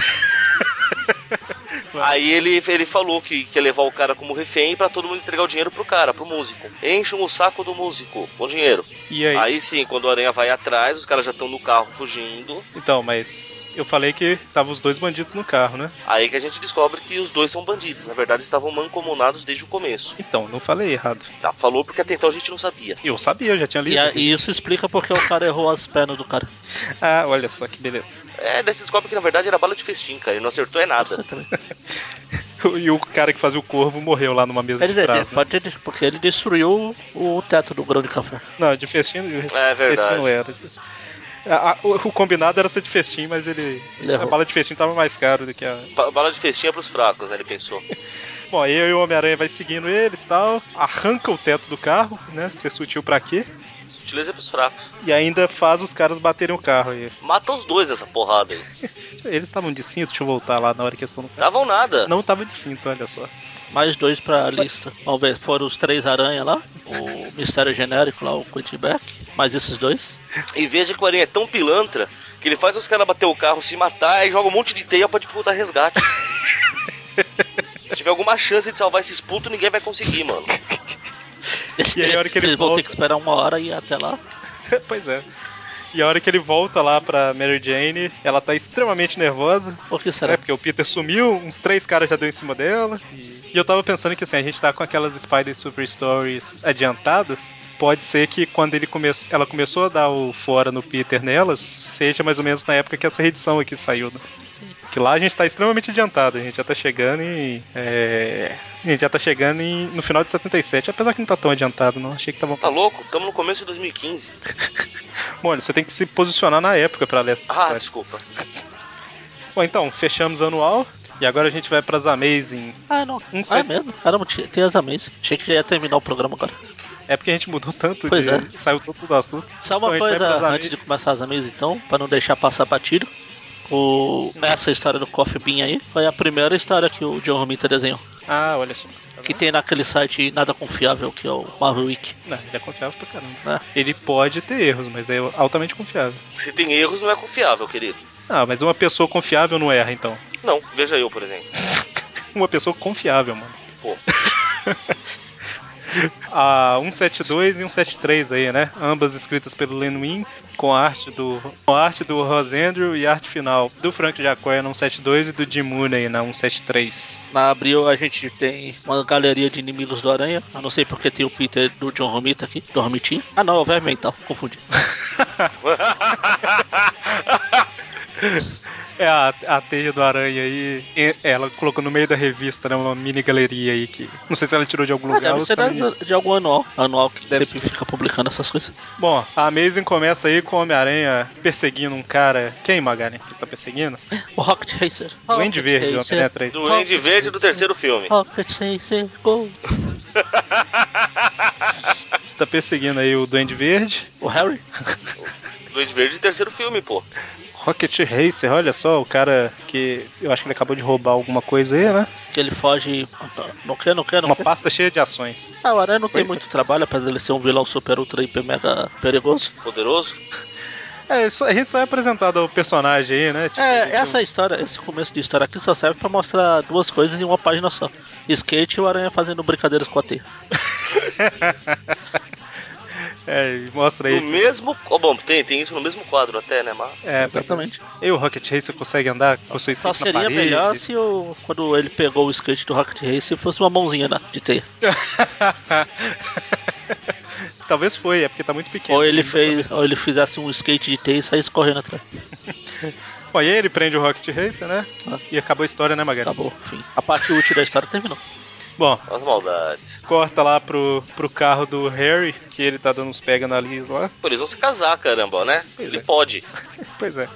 [SPEAKER 1] claro.
[SPEAKER 4] Aí ele, ele falou que, que ia levar o cara como refém pra todo mundo entregar o dinheiro pro cara, pro músico. Encham o saco do músico, com dinheiro.
[SPEAKER 1] E aí?
[SPEAKER 4] Aí sim, quando o Aranha vai atrás, os caras já estão no carro fugindo.
[SPEAKER 1] Então, mas eu falei que estavam os dois bandidos no carro, né?
[SPEAKER 4] Aí que a gente descobre que os dois são bandidos. Na verdade, estavam mancomunados desde o começo.
[SPEAKER 1] Então, não falei errado.
[SPEAKER 4] Tá, falou porque até então a gente não sabia.
[SPEAKER 1] Eu sabia, eu já tinha
[SPEAKER 3] E,
[SPEAKER 1] lido.
[SPEAKER 3] a-
[SPEAKER 1] isso aqui.
[SPEAKER 3] e isso explica porque o cara errou as pernas do cara.
[SPEAKER 1] Ah, olha só que beleza.
[SPEAKER 4] É, daí você descobre que na verdade era bala de festim, cara. Ele não acertou é nada.
[SPEAKER 3] Você também.
[SPEAKER 1] E o cara que fazia o corvo morreu lá numa mesa
[SPEAKER 3] Quer
[SPEAKER 1] de
[SPEAKER 3] dizer,
[SPEAKER 1] trás. né?
[SPEAKER 3] pode ter dito, porque ele destruiu o, o teto do grão de café.
[SPEAKER 1] Não, de festim, de
[SPEAKER 4] É verdade.
[SPEAKER 1] festim não era. A- a- o, o combinado era ser de festim, mas ele.
[SPEAKER 3] Ele
[SPEAKER 1] a
[SPEAKER 3] errou.
[SPEAKER 1] bala de festim tava mais caro do que a.
[SPEAKER 4] Ba- Bala de festim é pros fracos, né? Ele pensou.
[SPEAKER 1] Bom, aí eu e o Homem-Aranha vai seguindo eles e tal. Arranca o teto do carro, né? Ser sutil pra quê?
[SPEAKER 4] Sutileza é pros fracos.
[SPEAKER 1] E ainda faz os caras baterem o carro aí.
[SPEAKER 4] Mata os dois essa porrada aí.
[SPEAKER 1] Eles estavam de cinto, deixa eu voltar lá na hora que eles estão no carro.
[SPEAKER 4] Davam nada.
[SPEAKER 1] Não estavam de cinto, olha só.
[SPEAKER 3] Mais dois pra lista. Vamos ver, foram os três aranha lá, o mistério genérico lá, o Quentin Beck, mais esses dois.
[SPEAKER 4] E veja que o Aranha é tão pilantra que ele faz os caras bater o carro, se matar e joga um monte de teia pra dificultar resgate. Se tiver alguma chance de salvar esses putos, ninguém vai conseguir, mano.
[SPEAKER 1] E aí, a hora que ele
[SPEAKER 3] Eles vão
[SPEAKER 1] volta-
[SPEAKER 3] ter que esperar uma hora e até lá.
[SPEAKER 1] pois é. E a hora que ele volta lá pra Mary Jane, ela tá extremamente nervosa,
[SPEAKER 3] Por que será?
[SPEAKER 1] né? Porque o Peter sumiu, uns três caras já deu em cima dela. E, e eu tava pensando que assim, a gente tá com aquelas Spider Super Stories adiantadas. Pode ser que quando ele come... ela começou a dar o fora no Peter nelas, seja mais ou menos na época que essa edição aqui saiu, né? Que lá a gente tá extremamente adiantado, a gente já tá chegando em. é, A gente já tá chegando em- no final de 77, apesar que não tá tão adiantado, não. Achei que tava.
[SPEAKER 4] Tá louco? Tamo no começo de 2015.
[SPEAKER 1] Mônio, você tem que se posicionar na época pra ler essa
[SPEAKER 4] Ah,
[SPEAKER 1] coisa.
[SPEAKER 4] desculpa.
[SPEAKER 1] Bom, então, fechamos o anual. E agora a gente vai pras Amazing. Um
[SPEAKER 3] Ah, não.
[SPEAKER 1] Não
[SPEAKER 3] ah,
[SPEAKER 1] sei.
[SPEAKER 3] é mesmo? Caramba, tinha- tem as amazes. Achei que já ia terminar o programa agora.
[SPEAKER 1] É porque a gente mudou tanto
[SPEAKER 3] Pois
[SPEAKER 1] de...
[SPEAKER 3] é.
[SPEAKER 1] Saiu tanto do assunto.
[SPEAKER 3] Só uma
[SPEAKER 1] Bom, a gente vai
[SPEAKER 3] coisa
[SPEAKER 1] pras
[SPEAKER 3] antes de começar as amazes, então, pra não deixar passar batido. O... Essa história do Coffee Bean aí foi a primeira história que o John Romita desenhou.
[SPEAKER 1] Ah, olha só.
[SPEAKER 3] Que tem naquele site nada confiável, que é o Marvel Wiki.
[SPEAKER 1] Não, ele é confiável pra caramba.
[SPEAKER 3] né?
[SPEAKER 1] Ele pode ter erros, mas é altamente confiável.
[SPEAKER 4] Se tem erros, não é confiável, querido.
[SPEAKER 1] Ah, mas uma pessoa confiável não erra, então.
[SPEAKER 4] Não, veja eu, por exemplo.
[SPEAKER 1] Uma pessoa confiável, mano.
[SPEAKER 4] Pô,
[SPEAKER 1] A 172 e 173 aí, né? Ambas escritas pelo Len Wein, com a arte do com a arte do Rosendrew e a arte final do Frank Jacoya na 172 e do Jim Mooney na 173.
[SPEAKER 3] Na abril a gente tem uma galeria de inimigos do Aranha. A não sei porque tem o Peter do John Romita aqui, do Romitinho. Ah não, é o Vermental, confundi.
[SPEAKER 1] É a, a teia do aranha aí, e- ela colocou no meio da revista, né, uma mini galeria aí que não sei se ela tirou de algum
[SPEAKER 3] Ah,
[SPEAKER 1] lugar.
[SPEAKER 3] deve
[SPEAKER 1] ou
[SPEAKER 3] ser
[SPEAKER 1] se ela-
[SPEAKER 3] das- de algum anual. Anual que
[SPEAKER 1] né? Deve
[SPEAKER 3] sempre fica publicando essas coisas.
[SPEAKER 1] Bom, a Amazing começa aí com o Homem-Aranha perseguindo um cara. Quem, Magari? Que tá perseguindo?
[SPEAKER 3] O Rocket Racer.
[SPEAKER 1] Duende
[SPEAKER 3] Rocket
[SPEAKER 1] Verde, né, o Homem-Aranha
[SPEAKER 3] Racer.
[SPEAKER 1] 3.
[SPEAKER 4] do Andy Verde do terceiro filme.
[SPEAKER 3] Rocket Racer, go!
[SPEAKER 1] Tá perseguindo aí o Duende Verde.
[SPEAKER 3] O Harry?
[SPEAKER 4] Do Andy Verde do terceiro filme, pô.
[SPEAKER 1] Rocket Racer, olha só, o cara que eu acho que ele acabou de roubar alguma coisa aí, né?
[SPEAKER 3] Que ele foge. Não quer, não quer, não
[SPEAKER 1] Uma
[SPEAKER 3] quer.
[SPEAKER 1] pasta cheia de ações.
[SPEAKER 3] Ah, o Aranha não tem muito trabalho, apesar dele ser um vilão super ultra hiper mega perigoso.
[SPEAKER 4] Poderoso.
[SPEAKER 1] É, só- a gente só é apresentado ao personagem aí, né? Tipo,
[SPEAKER 3] É, essa história, esse começo de história aqui só serve pra mostrar duas coisas em uma página só. Skate e o Aranha fazendo brincadeiras com a teia.
[SPEAKER 1] é, e mostra
[SPEAKER 4] No
[SPEAKER 1] aí.
[SPEAKER 4] mesmo. ó, bom, tem, tem isso no mesmo quadro até, né? Mas.
[SPEAKER 1] É,
[SPEAKER 3] Exatamente.
[SPEAKER 1] E o Rocket Racer consegue andar com seus
[SPEAKER 3] Só
[SPEAKER 1] cintos na
[SPEAKER 3] seria
[SPEAKER 1] parede?
[SPEAKER 3] melhor se o, quando ele pegou o skate do Rocket Race fosse uma mãozinha né, de teia.
[SPEAKER 1] Talvez foi, é né? porque tá muito pequeno.
[SPEAKER 3] Ou ele, fez, ou ele fizesse um skate de teia e saísse correndo atrás.
[SPEAKER 1] Bom, e aí ele prende o Rocket Racer, né?
[SPEAKER 3] Ah.
[SPEAKER 1] E acabou a história, né, Magali?
[SPEAKER 3] Acabou, fim. A parte útil da história terminou.
[SPEAKER 1] Bom,
[SPEAKER 4] As maldades.
[SPEAKER 1] corta lá pro, pro carro do Harry, que ele tá dando uns pega na Liz lá.
[SPEAKER 4] Pô, eles vão se casar, caramba, né?
[SPEAKER 1] Pois
[SPEAKER 4] Ele
[SPEAKER 1] é.
[SPEAKER 4] pode.
[SPEAKER 1] Pois é.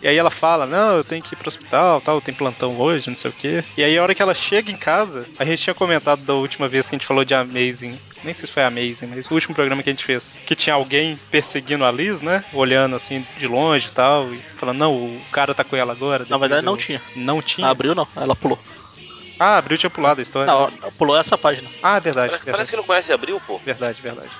[SPEAKER 1] E aí ela fala, não, eu tenho que ir pro hospital, tal, tem plantão hoje, não sei o quê. E aí a hora que ela chega em casa, a gente tinha comentado da última vez que a gente falou de Amazing, nem sei se foi Amazing, mas o último programa que a gente fez, que tinha alguém perseguindo a Liz, né? Olhando assim de longe e tal, e falando, não, o cara tá com ela agora.
[SPEAKER 3] Na verdade,
[SPEAKER 1] depois
[SPEAKER 3] não
[SPEAKER 1] eu-
[SPEAKER 3] tinha.
[SPEAKER 1] Não tinha?
[SPEAKER 3] Abriu não, ela pulou.
[SPEAKER 1] Ah, abriu tinha pulado a história.
[SPEAKER 3] Não, pulou essa página.
[SPEAKER 1] Ah, verdade.
[SPEAKER 4] Parece,
[SPEAKER 1] verdade.
[SPEAKER 4] parece que não conhece Abril, pô.
[SPEAKER 1] Verdade, verdade.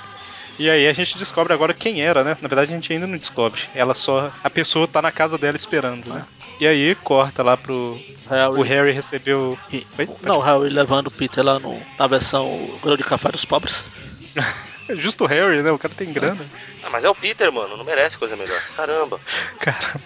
[SPEAKER 1] E aí a gente descobre agora quem era, né? Na verdade a gente ainda não descobre. Ela só. A pessoa tá na casa dela esperando, né? E aí corta lá pro.
[SPEAKER 3] Harry-
[SPEAKER 1] O Harry recebeu.
[SPEAKER 3] E-
[SPEAKER 1] Oi? Pode
[SPEAKER 3] Não, o Harry levando o Peter lá no, na versão grão de café dos pobres.
[SPEAKER 1] Justo o Harry, né? O cara tem grana.
[SPEAKER 4] Ah, mas é o Peter, mano, não merece coisa melhor. Caramba.
[SPEAKER 1] Caramba.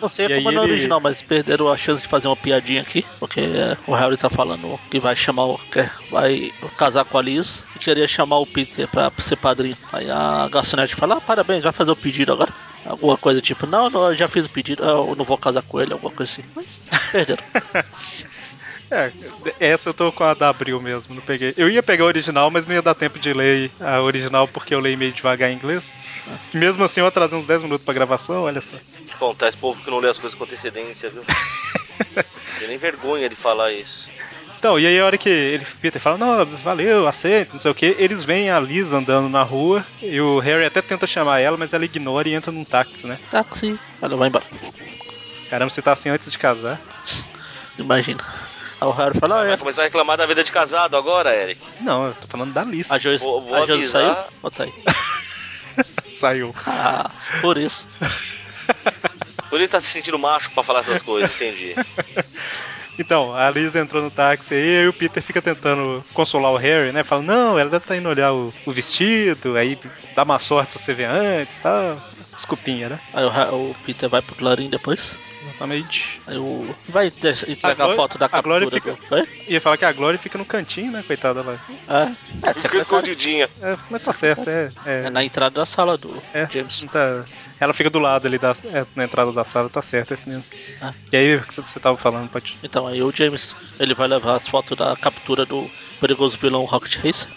[SPEAKER 3] Não sei
[SPEAKER 1] E aí
[SPEAKER 3] como é no
[SPEAKER 1] ele-
[SPEAKER 3] original, mas perderam a chance de fazer uma piadinha aqui, porque é, o Harry tá falando que vai chamar o. que vai casar com a Liz e queria chamar o Peter pra ser padrinho. Aí a garçonete fala, ah, parabéns, vai fazer o pedido agora? Alguma coisa tipo, não, não, eu já fiz o pedido, eu não vou casar com ele, alguma coisa assim. Mas perderam.
[SPEAKER 1] É, essa eu tô com a da Abril mesmo, não peguei. Eu ia pegar a original, mas não ia dar tempo de ler a original porque eu leio meio devagar em inglês. Que mesmo assim eu atrasei uns 10 minutos pra gravação, olha só.
[SPEAKER 4] Bom, tá esse povo que não lê as coisas com antecedência, viu? Tem nem vergonha de falar isso.
[SPEAKER 1] Então, e aí a hora que ele, Peter fala, não, valeu, aceito, não sei o que, eles veem a Liz andando na rua e o Harry até tenta chamar ela, mas ela ignora e entra num táxi, né?
[SPEAKER 4] Tá,
[SPEAKER 3] Táxi, ela vai embora.
[SPEAKER 1] Caramba, você tá assim antes de casar.
[SPEAKER 3] Imagina. Aí o Harry fala, ah,
[SPEAKER 4] Vai
[SPEAKER 3] é.
[SPEAKER 4] começar a reclamar da vida de casado agora, Eric.
[SPEAKER 1] Não, eu tô falando da Liz.
[SPEAKER 3] A Joyce,
[SPEAKER 4] Vou- vou
[SPEAKER 3] a Joyce saiu?
[SPEAKER 4] avisar.
[SPEAKER 3] Bota aí.
[SPEAKER 1] Saiu.
[SPEAKER 3] Ah, por isso.
[SPEAKER 4] Por isso tá se sentindo macho pra falar essas coisas,
[SPEAKER 1] é
[SPEAKER 4] entendi.
[SPEAKER 1] Então, a Liz entrou no táxi aí, aí o Peter fica tentando consolar o Harry, né? Fala, não, ela deve tá indo olhar o, o vestido, aí dá má sorte se você vê antes, tá? Desculpinha, né?
[SPEAKER 3] Aí o, Ra- o Peter vai pro Clarim depois.
[SPEAKER 1] Exatamente.
[SPEAKER 3] Aí o. Vai des-
[SPEAKER 1] A
[SPEAKER 3] entregar a
[SPEAKER 1] Glória-
[SPEAKER 3] foto da
[SPEAKER 1] a Glória
[SPEAKER 3] captura
[SPEAKER 1] fica-
[SPEAKER 3] do. Oi?
[SPEAKER 1] Ia falar que a Glória fica no cantinho, né? Coitada lá.
[SPEAKER 3] É, é
[SPEAKER 4] Fica
[SPEAKER 3] secretária.
[SPEAKER 4] escondidinha.
[SPEAKER 1] É, mas tá certo, é.
[SPEAKER 3] É
[SPEAKER 1] é,
[SPEAKER 3] na entrada da sala do
[SPEAKER 1] é,
[SPEAKER 3] James.
[SPEAKER 1] não tá- ela fica do lado ali da, é, na entrada da sala, tá certo, é isso mesmo.
[SPEAKER 3] Ah.
[SPEAKER 1] E aí, o que você tava falando, Pati?
[SPEAKER 3] Então aí o James ele vai levar as fotos da captura do perigoso vilão Rocket Racer.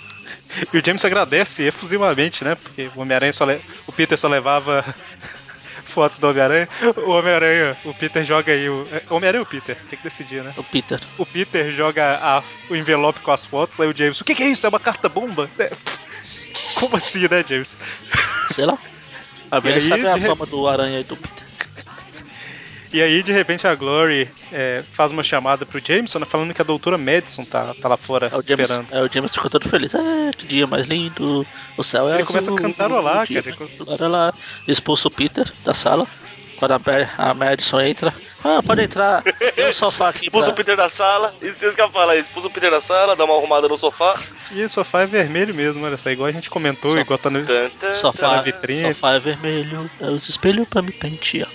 [SPEAKER 1] E o James agradece efusivamente, né? Porque o Homem-Aranha só le- o Peter só levava foto do Homem-Aranha. O Homem-Aranha, o Peter joga aí o é, Homem-Aranha ou o Peter, tem que decidir, né?
[SPEAKER 3] O Peter.
[SPEAKER 1] O Peter joga a- o envelope com as fotos, aí o James, o que, que é isso? É uma carta bomba? É, Como assim, né, James?
[SPEAKER 3] Sei lá. A ver
[SPEAKER 1] E
[SPEAKER 3] ele
[SPEAKER 1] aí,
[SPEAKER 3] sabe a
[SPEAKER 1] de re-
[SPEAKER 3] fama do Aranha e do Peter.
[SPEAKER 1] E aí, de repente, a Glory é, faz uma chamada pro Jameson, né, falando que a doutora Madison tá, tá lá fora
[SPEAKER 3] É o James,
[SPEAKER 1] esperando.
[SPEAKER 3] é, o James ficou todo feliz. É, que dia mais lindo. O céu é
[SPEAKER 1] Ele
[SPEAKER 3] azul.
[SPEAKER 1] começa a cantarolar,
[SPEAKER 3] o dia
[SPEAKER 1] cara.
[SPEAKER 3] mais claro". Ela expulsa o Peter da sala. Quando a, Mer- a Madison entra. Ah, pode entrar. Tem um sofá aqui.
[SPEAKER 4] Expulsa
[SPEAKER 3] pra-
[SPEAKER 4] o Peter da sala. Isso que eu ia falar. Expulsa o Peter da sala, dá uma arrumada no sofá.
[SPEAKER 1] E o sofá é vermelho mesmo, olha só, igual a gente comentou,
[SPEAKER 3] Sofá.
[SPEAKER 1] igual tá no.
[SPEAKER 4] Tan, tan,
[SPEAKER 1] Tá
[SPEAKER 3] Sofá,
[SPEAKER 1] na vitrine.
[SPEAKER 3] sofá é vermelho, eu uso espelho pra me pentear.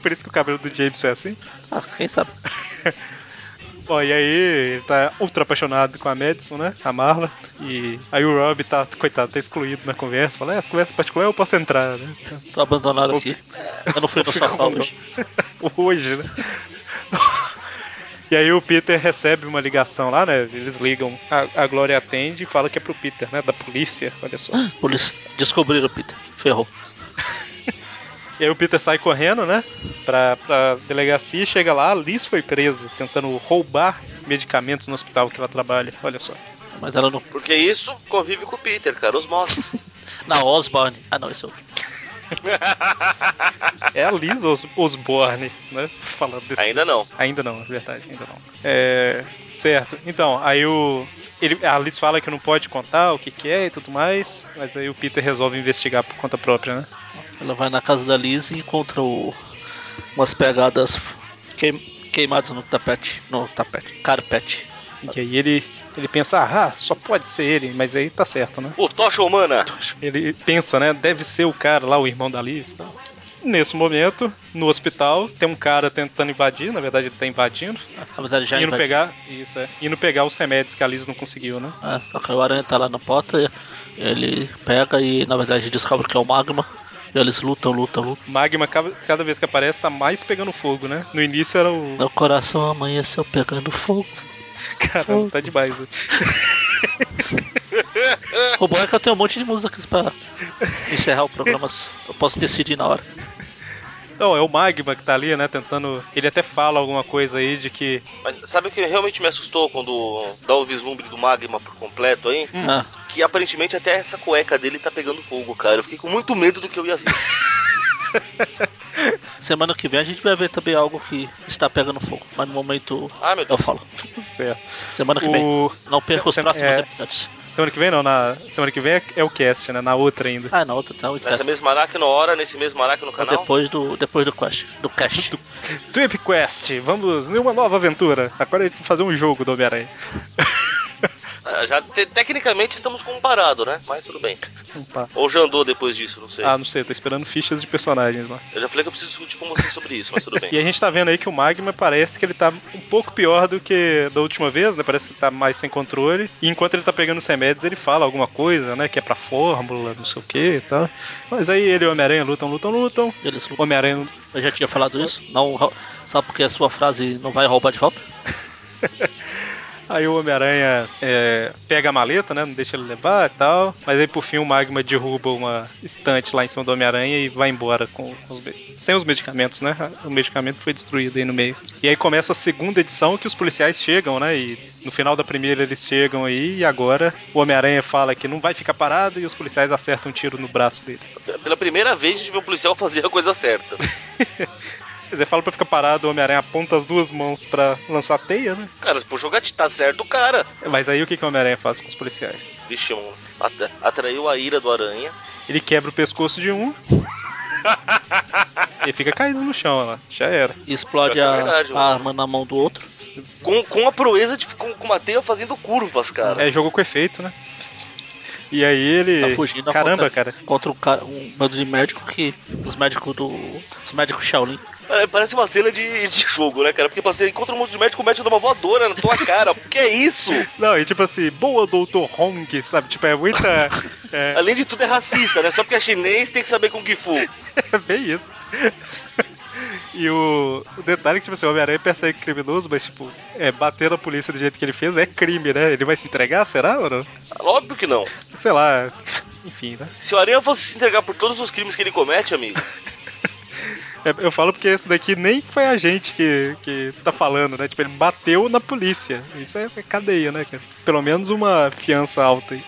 [SPEAKER 1] Por isso que o cabelo do Jameson é assim.
[SPEAKER 3] Ah, quem sabe?
[SPEAKER 1] Bom, e aí ele tá ultra apaixonado com a Madison, né? A Marla. E aí o Rob tá, coitado, tá excluído na conversa. Fala, é, essa conversa particular eu posso entrar, né?
[SPEAKER 3] Tô abandonado
[SPEAKER 1] Vou
[SPEAKER 3] aqui. Eu não fui no
[SPEAKER 1] ficar
[SPEAKER 3] sofá
[SPEAKER 1] com-
[SPEAKER 3] hoje.
[SPEAKER 1] Hoje, né? E aí o Peter recebe uma ligação lá, né? Eles ligam, a, a Glória atende e fala que é pro Peter, né? Da polícia, olha só.
[SPEAKER 3] Polícia. Descobriram o Peter. Ferrou.
[SPEAKER 1] E aí o Peter sai correndo, né? Pra, pra delegacia e chega lá, a Liz foi presa, tentando roubar medicamentos no hospital que ela trabalha. Olha só.
[SPEAKER 3] Mas ela não.
[SPEAKER 4] Porque isso convive com o Peter, cara. Os monstros.
[SPEAKER 3] Na Osborne. Ah, não, isso.
[SPEAKER 1] É a Liz Os Osborne, né? Falando desse.
[SPEAKER 4] Ainda não.
[SPEAKER 1] Ainda não, é verdade, ainda não. É. Certo. Então, aí o. Ele, a Liz fala que não pode contar o que, que é e tudo mais, mas aí o Peter resolve investigar por conta própria, né?
[SPEAKER 3] Ela vai na casa da Liz e encontra o... umas pegadas queim... queimadas no tapete. No tapete. Carpete.
[SPEAKER 1] E aí ele, ele pensa, ah, só pode ser ele, mas aí tá certo, né?
[SPEAKER 4] O Tocha Humana.
[SPEAKER 1] Ele pensa, né? Deve ser o cara lá, o irmão da Liz e tal. Nesse momento, no hospital, tem um cara tentando invadir, na verdade ele tá invadindo,
[SPEAKER 3] Na verdade já
[SPEAKER 1] indo
[SPEAKER 3] invadiu.
[SPEAKER 1] pegar. Isso, é. Indo pegar os remédios que a Liz não conseguiu, né?
[SPEAKER 3] É, só que o aranha tá lá na porta. e Ele pega e na verdade descobre que é o magma. E eles lutam, lutam, lutam.
[SPEAKER 1] Magma, ca- cada vez que aparece, tá mais pegando fogo, né? No início era o.
[SPEAKER 3] Meu coração amanheceu pegando fogo.
[SPEAKER 1] Caramba, tá demais. né?
[SPEAKER 3] O bom é que eu tenho um monte de músicas pra encerrar o programa. Eu posso decidir na hora.
[SPEAKER 1] Então, é o Magma que tá ali, né? Tentando. Ele até fala alguma coisa aí de que.
[SPEAKER 4] Mas sabe o que realmente me assustou quando dá o vislumbre do magma por completo aí?
[SPEAKER 3] Ah,
[SPEAKER 4] Que aparentemente até essa cueca dele tá pegando fogo, cara. Eu fiquei com muito medo do que eu ia ver.
[SPEAKER 3] Semana que vem a gente vai ver também algo que está pegando fogo. Mas no momento
[SPEAKER 4] Ah, meu
[SPEAKER 3] eu
[SPEAKER 4] Deus.
[SPEAKER 3] falo.
[SPEAKER 1] Certo.
[SPEAKER 3] Semana que vem.
[SPEAKER 1] O...
[SPEAKER 3] Não perca os
[SPEAKER 1] Sem-
[SPEAKER 3] próximos
[SPEAKER 1] é.
[SPEAKER 3] episódios.
[SPEAKER 1] Semana que vem não, na semana que vem é, é o cast, né? Na outra ainda.
[SPEAKER 3] Ah, não, outra não.
[SPEAKER 4] Nessa
[SPEAKER 3] esquece.
[SPEAKER 4] mesma Aracno hora, nesse mesmo Aracno canal.
[SPEAKER 3] Depois do, depois do quest. Do cast.
[SPEAKER 1] Do- Trip Quest, vamos em uma nova aventura. Agora a gente vai fazer um jogo do Homem-Aranha.
[SPEAKER 4] Ah, Já te- tecnicamente estamos comparados, né? Mas tudo bem.
[SPEAKER 1] Opa.
[SPEAKER 4] Ou já andou depois disso, não sei.
[SPEAKER 1] Ah, não sei, tô esperando fichas de personagens lá.
[SPEAKER 4] Eu já falei que eu preciso discutir com você sobre isso, mas tudo
[SPEAKER 1] E
[SPEAKER 4] bem.
[SPEAKER 1] a gente tá vendo aí que o Magma parece que ele tá um pouco pior do que da última vez, né? Parece que ele tá mais sem controle. E enquanto ele tá pegando os remédios, ele fala alguma coisa, né? Que é pra fórmula, não sei o que e tal. Mas aí ele e o Homem-Aranha lutam, lutam, lutam.
[SPEAKER 3] Eles,
[SPEAKER 1] O Homem-Aranha.
[SPEAKER 3] eu já tinha falado isso. Não, rou- só porque a sua frase não vai roubar de volta.
[SPEAKER 1] Aí o Homem-Aranha é, pega a maleta, né? Não deixa ele levar e tal. Mas aí por fim o Magma derruba uma estante lá em cima do Homem-Aranha e vai embora com os me- sem os medicamentos, né? O medicamento foi destruído aí no meio. E aí começa a segunda edição que os policiais chegam, né? E no final da primeira eles chegam aí e agora o Homem-Aranha fala que não vai ficar parado e os policiais acertam um tiro no braço dele.
[SPEAKER 4] Pela primeira vez a gente viu um policial fazer a coisa certa.
[SPEAKER 1] Quer dizer, fala pra ficar parado, o Homem-Aranha aponta as duas mãos pra lançar a teia, né?
[SPEAKER 4] Cara, por jogar de tá certo o cara.
[SPEAKER 1] Mas aí o que, que o Homem-Aranha faz com os policiais?
[SPEAKER 4] Vixe, mano. Atra- Atraiu a ira do aranha.
[SPEAKER 1] Ele quebra o pescoço de um. e fica caído no chão, olha lá. Já era.
[SPEAKER 3] Explode
[SPEAKER 4] É
[SPEAKER 3] a,
[SPEAKER 4] verdade,
[SPEAKER 3] a
[SPEAKER 4] mano.
[SPEAKER 3] arma na mão do outro.
[SPEAKER 4] Com, com a proeza de com, com uma teia fazendo curvas, cara.
[SPEAKER 1] É jogo com efeito, né? E aí ele.
[SPEAKER 3] Tá fugindo,
[SPEAKER 1] Caramba,
[SPEAKER 3] aponta-
[SPEAKER 1] cara.
[SPEAKER 3] Contra um, ca- um bando de médico que. Os médicos do. Os médicos Shaolin.
[SPEAKER 4] Pare- Parece uma cena de, de jogo, né, cara? Porque você encontra um monte de médico, o médico dá uma voadora na tua cara. que é isso?
[SPEAKER 1] Não, e tipo assim, boa doutor Hong, sabe? Tipo, é muita. É,
[SPEAKER 4] Além de tudo, é racista, né? Só porque é chinês tem que saber Kung Fu.
[SPEAKER 1] é bem isso. E o, o detalhe é que, tipo assim, o Homem-Aranha persegue criminoso, mas, tipo, é, bater na polícia do jeito que ele fez é crime, né? Ele vai se entregar, será? Ou não?
[SPEAKER 4] Óbvio que não.
[SPEAKER 1] Sei lá, enfim, né?
[SPEAKER 4] Se o Aranha fosse se entregar por todos os crimes que ele comete, amigo,
[SPEAKER 1] É, eu falo porque esse daqui nem foi a gente que, que tá falando, né? Tipo, ele bateu na polícia. Isso é cadeia, né, cara? Pelo menos uma fiança alta aí.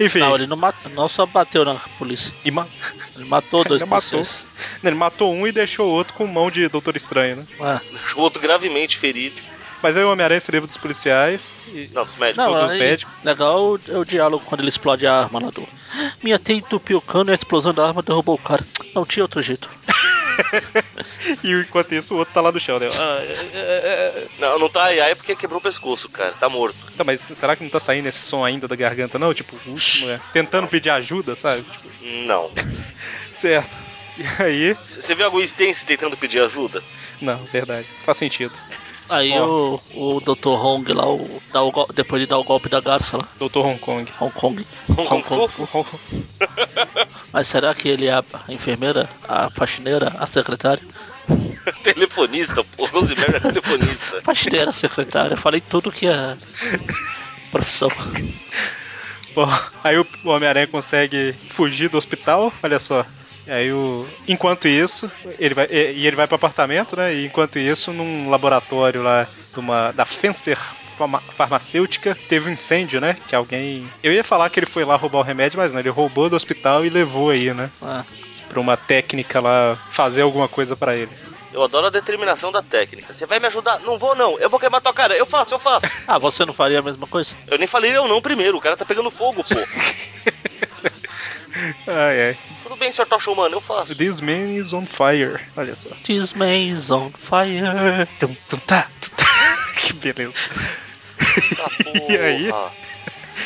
[SPEAKER 1] Enfim,
[SPEAKER 3] Não, ele não, mat- não só bateu na polícia.
[SPEAKER 1] e ma-
[SPEAKER 3] Ele matou dois
[SPEAKER 1] Ele matou.
[SPEAKER 3] policiais.
[SPEAKER 1] ele matou um e deixou o outro com mão de Doutor Estranho, né?
[SPEAKER 3] Ah,
[SPEAKER 4] deixou o outro gravemente ferido.
[SPEAKER 1] Mas aí o Homem-Aranha se livra dos policiais e.
[SPEAKER 4] Não, dos médicos.
[SPEAKER 3] Não,
[SPEAKER 1] os
[SPEAKER 3] aí,
[SPEAKER 1] médicos.
[SPEAKER 3] legal é o diálogo quando ele explode a arma lá do. "Ah, Minha teia entupiu o cano e a explosão da arma derrubou o cara. Não tinha outro jeito.
[SPEAKER 1] E enquanto isso, o outro tá lá no chão, né? Ah,
[SPEAKER 4] é. Não, não tá aí, aí porque quebrou o pescoço, cara. Tá morto.
[SPEAKER 1] tá, mas será que não tá saindo esse som ainda da garganta, não? Tipo, o último é. Tentando pedir ajuda, sabe? Tipo,
[SPEAKER 4] Não.
[SPEAKER 1] certo. E aí.
[SPEAKER 4] C- Você viu a Gwen Stacy tentando pedir ajuda?
[SPEAKER 1] Não, verdade. Faz sentido.
[SPEAKER 3] Aí o, o Dr. Hong lá, o, dá o gol- depois de dar o golpe da garça lá,
[SPEAKER 1] Doutor Hong Kong.
[SPEAKER 3] Hong Kong.
[SPEAKER 4] Hong Kong
[SPEAKER 3] Fu. Mas será que ele é a a enfermeira, a faxineira, a secretária?
[SPEAKER 4] telefonista, pô. Rosemary é telefonista.
[SPEAKER 3] Faxineira, secretária, falei tudo que é profissão.
[SPEAKER 1] Bom, aí o o Homem-Aranha consegue fugir do hospital, olha só. E Aí o. Enquanto isso, ele vai. E e ele vai pro apartamento, né? E enquanto isso, num laboratório lá de uma, da Fenster farma- farmacêutica, teve um incêndio, né? Que alguém. Eu ia falar que ele foi lá roubar o remédio, mas não, ele roubou do hospital e levou aí, né?
[SPEAKER 3] Ah,
[SPEAKER 1] Pra uma técnica lá fazer alguma coisa pra ele.
[SPEAKER 4] Eu adoro a determinação da técnica. Você vai me ajudar? Não vou, não. Eu vou queimar tua cara. Eu faço, eu faço.
[SPEAKER 3] Ah, você não faria a mesma coisa?
[SPEAKER 4] Eu nem falei eu não primeiro. O cara tá pegando fogo, pô.
[SPEAKER 1] Ai, ai.
[SPEAKER 4] Tudo bem, senhor Tocha Humano, eu faço.
[SPEAKER 1] This man is on fire. Olha só.
[SPEAKER 3] This man's on fire.
[SPEAKER 1] Tum, tum, tá, tum, tá. que beleza.
[SPEAKER 4] Ah, porra.
[SPEAKER 1] E aí?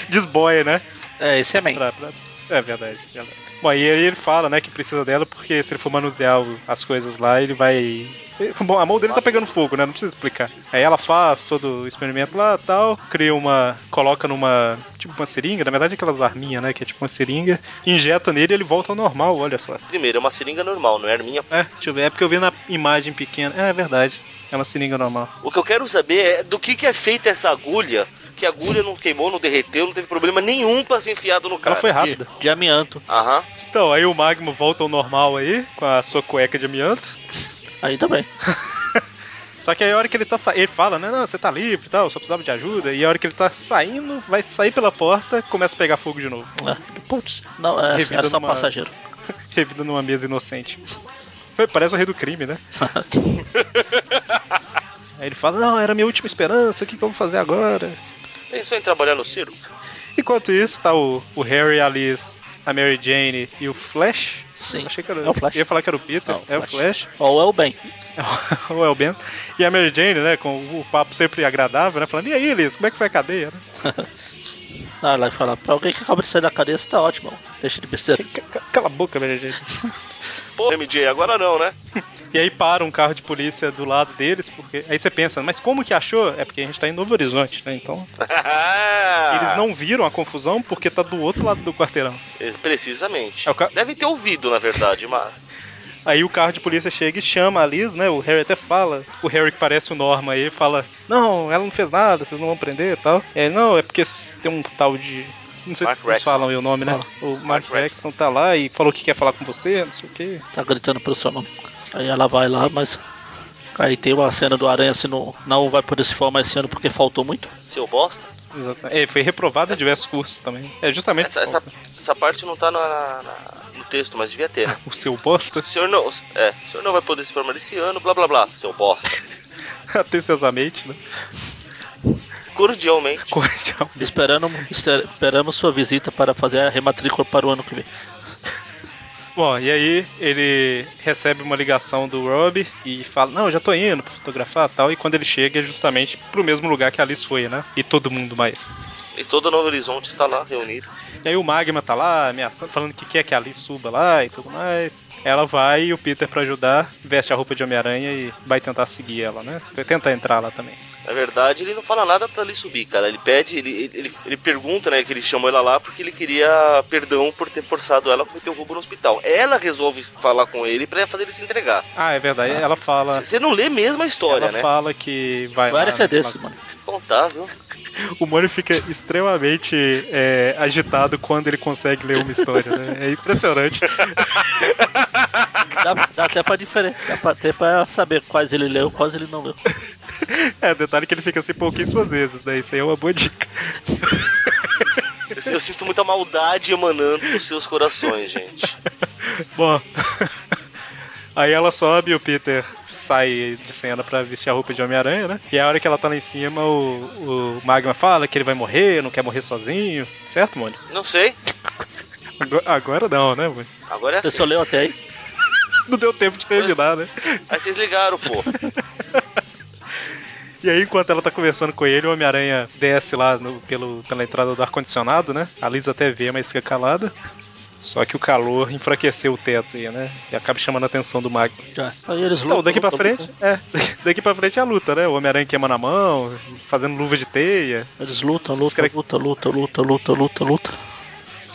[SPEAKER 1] Desboia, né?
[SPEAKER 3] É, esse é man.
[SPEAKER 1] Pra- pra- É verdade, verdade. Bom, e aí ele fala, né, que precisa dela porque se ele for manusear o- as coisas lá, ele vai. ele- Bom, a mão dele tá pegando fogo, né? Não precisa explicar. Aí ela faz todo o experimento lá tal, cria uma. coloca numa. tipo uma seringa, na verdade é aquelas arminhas, né? Que é tipo uma seringa, injeta nele e ele volta ao normal, olha só.
[SPEAKER 4] Primeiro, é uma seringa normal, não é arminha.
[SPEAKER 1] É, deixa eu ver, é porque eu vi na imagem pequena. É, é verdade. É uma seringa normal.
[SPEAKER 4] O que eu quero saber é do que, que é feita essa agulha, que a agulha não queimou, não derreteu, não teve problema nenhum pra ser enfiado no cara.
[SPEAKER 1] Ela foi rápida.
[SPEAKER 3] De, de amianto.
[SPEAKER 4] Aham.
[SPEAKER 1] Então, aí o Magmo volta ao normal aí, com a sua cueca de amianto.
[SPEAKER 3] Ainda bem.
[SPEAKER 1] Só que aí a hora que ele tá saindo, ele fala, né, não, você tá livre e tal, só precisava de ajuda. E a hora que ele tá saindo, vai sair pela porta, começa a pegar fogo de novo.
[SPEAKER 3] Ah, putz, não, é,
[SPEAKER 1] Revida
[SPEAKER 3] era só
[SPEAKER 1] numa-
[SPEAKER 3] passageiro.
[SPEAKER 1] Revida numa mesa inocente. Parece o rei do crime, né? Aí ele fala, não, era a minha última esperança, o que, que eu vou fazer agora?
[SPEAKER 4] Pensou em trabalhar no circo?
[SPEAKER 1] Enquanto isso, tá o, o Harry, a Liz, a Mary Jane e o Flash.
[SPEAKER 3] Sim.
[SPEAKER 1] Achei que era,
[SPEAKER 3] É o Flash.
[SPEAKER 1] Ia falar que era o Peter,
[SPEAKER 3] Não,
[SPEAKER 1] é o Flash.
[SPEAKER 3] Ou é o Ben.
[SPEAKER 1] É o El Ben. E a Mary Jane, né, com o papo sempre agradável, né, falando, e aí, Liz, como é que foi a cadeia? né?
[SPEAKER 3] Ah, lá e fala, pra alguém que acaba de sair da cadeia, você tá ótimo. Deixa de besteira.
[SPEAKER 1] C- c- Cala a boca, Mary Jane.
[SPEAKER 4] Pô, MJ, agora não, né?
[SPEAKER 1] E aí para um carro de polícia do lado deles, porque aí você pensa, mas como que achou? É porque a gente tá em Novo Horizonte, né? Então,
[SPEAKER 4] Ah.
[SPEAKER 1] eles não viram a confusão porque tá do outro lado do quarteirão.
[SPEAKER 4] Eles- Precisamente.
[SPEAKER 1] É o ca-
[SPEAKER 4] Devem ter ouvido, na verdade, mas.
[SPEAKER 1] Aí o carro de polícia chega e chama a Liz, né? O Harry até fala, o Harry que parece o Norma aí, fala: "Não, ela não fez nada, vocês não vão prender", e tal. É, não, é porque tem um tal de não sei
[SPEAKER 4] Mark
[SPEAKER 1] se vocês
[SPEAKER 4] Rexon. Ah.
[SPEAKER 1] falam aí o nome, né? O Mark,
[SPEAKER 4] Mark
[SPEAKER 1] Rexon tá lá e falou que quer falar com você, não sei o quê.
[SPEAKER 3] Tá gritando pelo seu nome. Aí ela vai lá, mas. Aí tem uma cena do Aranha assim, não, não vai poder se formar esse ano porque faltou muito.
[SPEAKER 4] Seu bosta.
[SPEAKER 1] Exatamente. É, foi reprovado em
[SPEAKER 4] Essa-
[SPEAKER 1] diversos cursos também. É justamente
[SPEAKER 4] Essa, essa, essa parte não tá na- na- no texto, mas devia ter, né?
[SPEAKER 1] o seu bosta.
[SPEAKER 4] O senhor não. É, o senhor não vai poder se formar esse ano, blá blá blá, seu bosta.
[SPEAKER 1] Atenciosamente, né?
[SPEAKER 4] Cordialmente.
[SPEAKER 1] Cordial.
[SPEAKER 3] Esperando, ester- esperamos sua visita para fazer a rematrícula para o ano que vem.
[SPEAKER 1] Bom, e aí ele recebe uma ligação do Rob e fala: Não, eu já tô indo pra fotografar e tal. E quando ele chega é justamente pro mesmo lugar que a Alice foi, né? E todo mundo mais.
[SPEAKER 4] E todo Novo Horizonte está lá reunido.
[SPEAKER 1] E aí o Magma tá lá ameaçando, falando que quer que a Alice suba lá e tudo mais. Ela vai e o Peter, pra ajudar, veste a roupa de Homem-Aranha e vai tentar seguir ela, né? Tenta entrar lá também.
[SPEAKER 4] Na verdade, ele não fala nada pra ele subir, cara. Ele pede, ele, ele- ele, ele pergunta, né, que ele chamou ela lá porque ele queria perdão por ter forçado ela a cometer o roubo no hospital. Ela resolve falar com ele pra fazer ele se entregar.
[SPEAKER 1] Ah, é verdade. Ela fala.
[SPEAKER 4] Você não lê mesmo a história,
[SPEAKER 1] ela
[SPEAKER 4] né? tá,
[SPEAKER 1] fala que vai.
[SPEAKER 3] O
[SPEAKER 1] lá,
[SPEAKER 3] Eric é
[SPEAKER 1] né,
[SPEAKER 3] desse,
[SPEAKER 1] fala-
[SPEAKER 3] mano.
[SPEAKER 4] Contável.
[SPEAKER 1] O Mônio fica extremamente é, agitado quando ele consegue ler uma história, né? É impressionante.
[SPEAKER 3] Dá, dá até pra diferen- dá pra- até pra saber quais ele leu, quais ele não leu.
[SPEAKER 1] É, detalhe que ele fica assim pouquíssimas vezes, né? Isso aí é uma boa dica.
[SPEAKER 4] Eu, eu sinto muita maldade emanando dos seus corações, gente.
[SPEAKER 1] Bom. Aí ela sobe, o Peter sai de cena pra vestir a roupa de Homem-Aranha, né? E a hora que ela tá lá em cima, o, o Magma fala que ele vai morrer, não quer morrer sozinho. Certo, Mônio?
[SPEAKER 4] Não sei.
[SPEAKER 1] Agora, agora não, né, Mônio?
[SPEAKER 4] Agora é
[SPEAKER 3] Você
[SPEAKER 4] assim.
[SPEAKER 3] só leu até aí?
[SPEAKER 1] Não deu tempo de terminar, né?
[SPEAKER 4] Aí vocês ligaram, pô.
[SPEAKER 1] E aí, enquanto ela tá conversando com ele, o Homem-Aranha desce lá no- pelo, pela entrada do ar-condicionado, né? A Liz até vê, mas fica calada. Só que o calor enfraqueceu o teto aí, né? E acaba chamando a atenção do Magma.
[SPEAKER 3] Já. Aí eles
[SPEAKER 1] Então,
[SPEAKER 3] lutam,
[SPEAKER 1] daqui pra
[SPEAKER 3] lutam,
[SPEAKER 1] frente,
[SPEAKER 3] lutam.
[SPEAKER 1] é. Daqui pra frente é a luta, né? O Homem-Aranha queimando a mão, fazendo luva de teia.
[SPEAKER 3] Eles lutam,
[SPEAKER 1] Os
[SPEAKER 3] lutam,
[SPEAKER 1] caras-
[SPEAKER 3] lutam, lutam, lutam, lutam, lutam, lutam.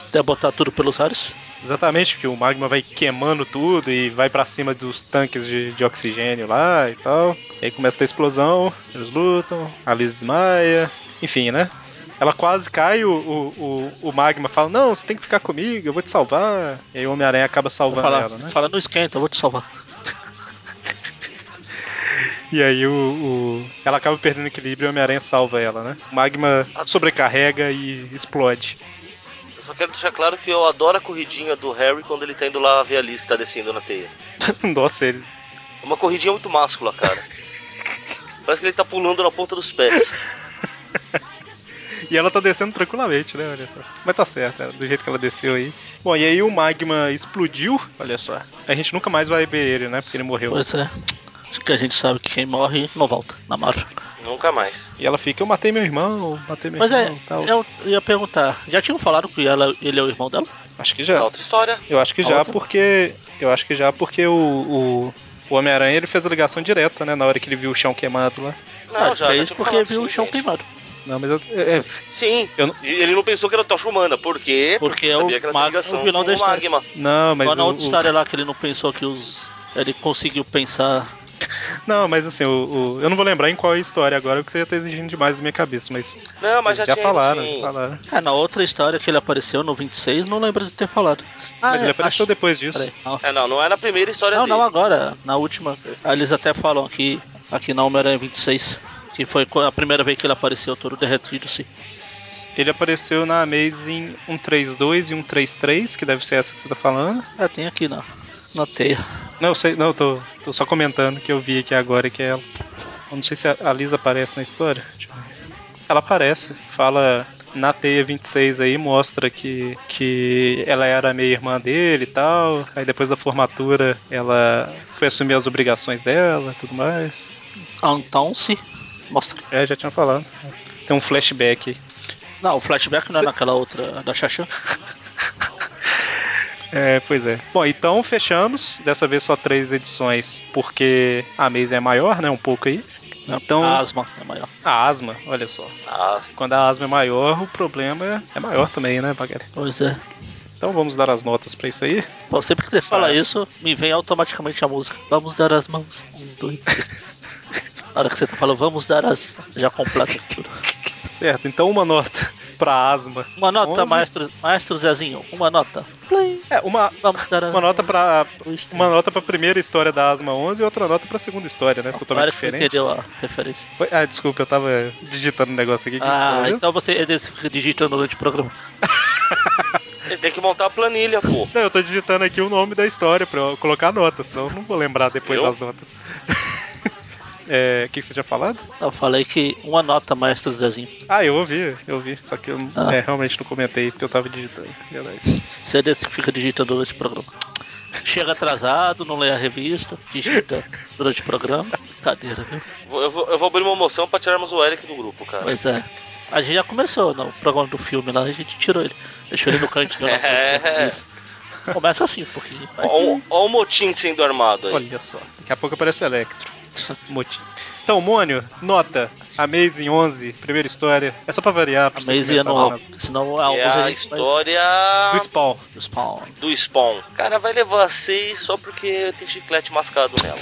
[SPEAKER 3] Até botar tudo pelos ares.
[SPEAKER 1] Exatamente, que o magma vai queimando tudo e vai pra cima dos tanques de, de oxigênio lá e tal. E aí começa a ter explosão, eles lutam, a Liz desmaia, enfim, né? Ela quase cai, o, o, o, o magma fala, não, você tem que ficar comigo, eu vou te salvar. E aí o Homem-Aranha acaba salvando
[SPEAKER 3] Fala,
[SPEAKER 1] ela, né?
[SPEAKER 3] fala, não esquenta, eu vou te salvar.
[SPEAKER 1] E aí o, o- ela acaba perdendo o equilíbrio e o Homem-Aranha salva ela, né? O magma sobrecarrega e explode.
[SPEAKER 4] Eu só quero deixar claro que eu adoro a corridinha do Harry quando ele tá indo lá ver a Liz que tá descendo na teia.
[SPEAKER 1] Nossa, ele.
[SPEAKER 4] É Uma corridinha muito máscula, cara. Parece que ele tá pulando na ponta dos pés.
[SPEAKER 1] E ela tá descendo tranquilamente, né? Olha só. Mas tá certo, né, do jeito que ela desceu aí. Bom, e aí o magma explodiu. Olha só. A gente nunca mais vai ver ele, né? Porque ele morreu.
[SPEAKER 3] Pois é. Acho que a gente sabe que quem morre não volta na Marvel.
[SPEAKER 4] Nunca mais.
[SPEAKER 1] E ela fica, eu matei meu irmão, matei meu
[SPEAKER 3] Mas é,
[SPEAKER 1] irmão tal.
[SPEAKER 3] eu ia perguntar, já tinham falado que ela, ele é o irmão dela?
[SPEAKER 1] Acho que
[SPEAKER 4] É
[SPEAKER 1] já.
[SPEAKER 4] outra história.
[SPEAKER 1] Eu acho que
[SPEAKER 3] A
[SPEAKER 1] já,
[SPEAKER 3] outra?
[SPEAKER 1] porque. Eu acho que já porque o. o... o Homem-Aranha ele fez a ligação direta, né? Na hora que ele viu o chão queimado lá.
[SPEAKER 4] Não,
[SPEAKER 3] Ah,
[SPEAKER 4] já,
[SPEAKER 3] fez
[SPEAKER 4] já tinha
[SPEAKER 3] porque
[SPEAKER 4] falado,
[SPEAKER 3] viu o
[SPEAKER 4] sim,
[SPEAKER 3] chão
[SPEAKER 4] gente.
[SPEAKER 3] queimado.
[SPEAKER 1] Não, mas eu, é, é,
[SPEAKER 4] Sim.
[SPEAKER 1] eu não,
[SPEAKER 4] E ele não pensou que era tocha humana. Por quê?
[SPEAKER 3] Porque é o
[SPEAKER 4] sabia que ela
[SPEAKER 3] mag-
[SPEAKER 4] tem ligação
[SPEAKER 3] o vilão
[SPEAKER 4] com
[SPEAKER 3] da
[SPEAKER 4] o
[SPEAKER 3] história.
[SPEAKER 4] magma.
[SPEAKER 1] não, mas
[SPEAKER 3] Mas na
[SPEAKER 1] o-
[SPEAKER 3] outra
[SPEAKER 1] o-
[SPEAKER 3] história lá que ele não pensou que os. Ele conseguiu pensar.
[SPEAKER 1] não, mas assim, o, o- eu não vou lembrar em qual é a história agora, porque você já tá exigindo demais da minha cabeça, mas,
[SPEAKER 4] Não, mas já,
[SPEAKER 1] já
[SPEAKER 4] tinha
[SPEAKER 1] falaram,
[SPEAKER 4] sim.
[SPEAKER 1] já falaram.
[SPEAKER 3] Ah, na outra história que ele apareceu no 26, não lembro de ter falado. Ah,
[SPEAKER 1] mas
[SPEAKER 3] é,
[SPEAKER 1] ele apareceu
[SPEAKER 3] acho-
[SPEAKER 1] depois disso.
[SPEAKER 3] Peraí, não.
[SPEAKER 4] É, não, não é na primeira história
[SPEAKER 3] Não,
[SPEAKER 4] dele.
[SPEAKER 3] não agora, na última. Ah, Eles até falam aqui, aqui na Homem-Aranha 26, que foi co- a primeira vez que ele apareceu todo derretido, sim.
[SPEAKER 1] Ele apareceu na Amazing
[SPEAKER 3] É,
[SPEAKER 1] 132 e 133, que deve ser essa que você tá falando.
[SPEAKER 3] Ah, tem aqui na, na teia.
[SPEAKER 1] Não, eu sei, não, eu tô, tô só comentando que eu vi aqui agora que é ela. Eu não sei se a a Lisa aparece na história. Deixa eu ver. Ela aparece, fala na teia 26 aí, mostra que, que ela era meio irmã dele e tal. Aí depois da formatura ela foi assumir as obrigações dela e tudo mais.
[SPEAKER 3] Então se. Mostra.
[SPEAKER 1] É, já tinha falado. Tem um flashback aí.
[SPEAKER 3] Não, o flashback não é
[SPEAKER 1] Se-
[SPEAKER 3] naquela outra da Xaxã.
[SPEAKER 1] É, pois é. Bom, então fechamos. Dessa vez só três edições, porque a mesa é maior, né? Um pouco aí. Então,
[SPEAKER 3] A
[SPEAKER 1] a,
[SPEAKER 3] asma é maior.
[SPEAKER 1] asma, olha só.
[SPEAKER 4] Ah,
[SPEAKER 1] Quando a asma é maior, o problema é maior também, né, Bagari?
[SPEAKER 3] Pois é.
[SPEAKER 1] Então vamos dar as notas pra isso aí.
[SPEAKER 3] Bom, sempre que você fala
[SPEAKER 1] Ah.
[SPEAKER 3] isso, me vem automaticamente a música. Vamos dar as mãos. Um, dois, três. Na hora que você tá falando, vamos dar as. Já completa tudo.
[SPEAKER 1] Certo, então uma nota pra asma.
[SPEAKER 3] Uma nota,
[SPEAKER 1] Onze.
[SPEAKER 3] maestro, maestro Zezinho. Uma nota. Plim.
[SPEAKER 1] É, uma,
[SPEAKER 3] Vamos dar as
[SPEAKER 1] uma nota
[SPEAKER 3] mãos.
[SPEAKER 1] pra.
[SPEAKER 3] Dois, três.
[SPEAKER 1] Uma nota pra primeira história da Asma 11 e outra nota pra segunda história, né? Totalmente
[SPEAKER 3] Agora que você
[SPEAKER 1] diferente.
[SPEAKER 3] entendeu a referência.
[SPEAKER 1] Oi, Ah, desculpa, eu tava digitando um negócio aqui que isso foi
[SPEAKER 3] Ah,
[SPEAKER 1] mesmo?
[SPEAKER 3] então você fica digitando durante o programa.
[SPEAKER 4] ele tem que montar a planilha, pô.
[SPEAKER 1] Não, eu tô digitando aqui o nome da história pra eu colocar notas, senão eu não vou lembrar depois
[SPEAKER 4] Eu?
[SPEAKER 1] das notas. É, o que, que você tinha falado?
[SPEAKER 3] Eu falei que uma nota, maestro Zezinho.
[SPEAKER 1] Ah, eu ouvi, eu ouvi, só que eu não-
[SPEAKER 3] Ah.
[SPEAKER 1] é, realmente não comentei porque eu tava digitando. é Verdade.
[SPEAKER 3] Você é desse que fica digitando durante o programa. Chega atrasado, não lê a revista, digita durante o programa. Cadeira, viu?
[SPEAKER 4] Vou- Eu vou, eu vou abrir uma moção pra tirarmos o Eric do grupo, cara.
[SPEAKER 3] Pois é. A gente já começou no programa do filme lá, a gente tirou ele. Deixou ele no cantinho. lá,
[SPEAKER 4] É.
[SPEAKER 3] isso. Começa assim, porque.
[SPEAKER 4] Ó, ó o motim sendo armado aí.
[SPEAKER 1] Olha só, daqui a pouco aparece o Electro. Motim. Então, Mônio, nota. Amazing 11, primeira história. É só pra variar. pra você
[SPEAKER 3] Amazing é
[SPEAKER 1] começar
[SPEAKER 3] anual.
[SPEAKER 1] lá na-
[SPEAKER 3] Senão a
[SPEAKER 4] Que é a
[SPEAKER 3] 11 a gente
[SPEAKER 4] história
[SPEAKER 1] Do Spawn.
[SPEAKER 3] vai. Spawn.
[SPEAKER 4] do Spawn. Cara, vai levar seis só porque tem chiclete mascado nela.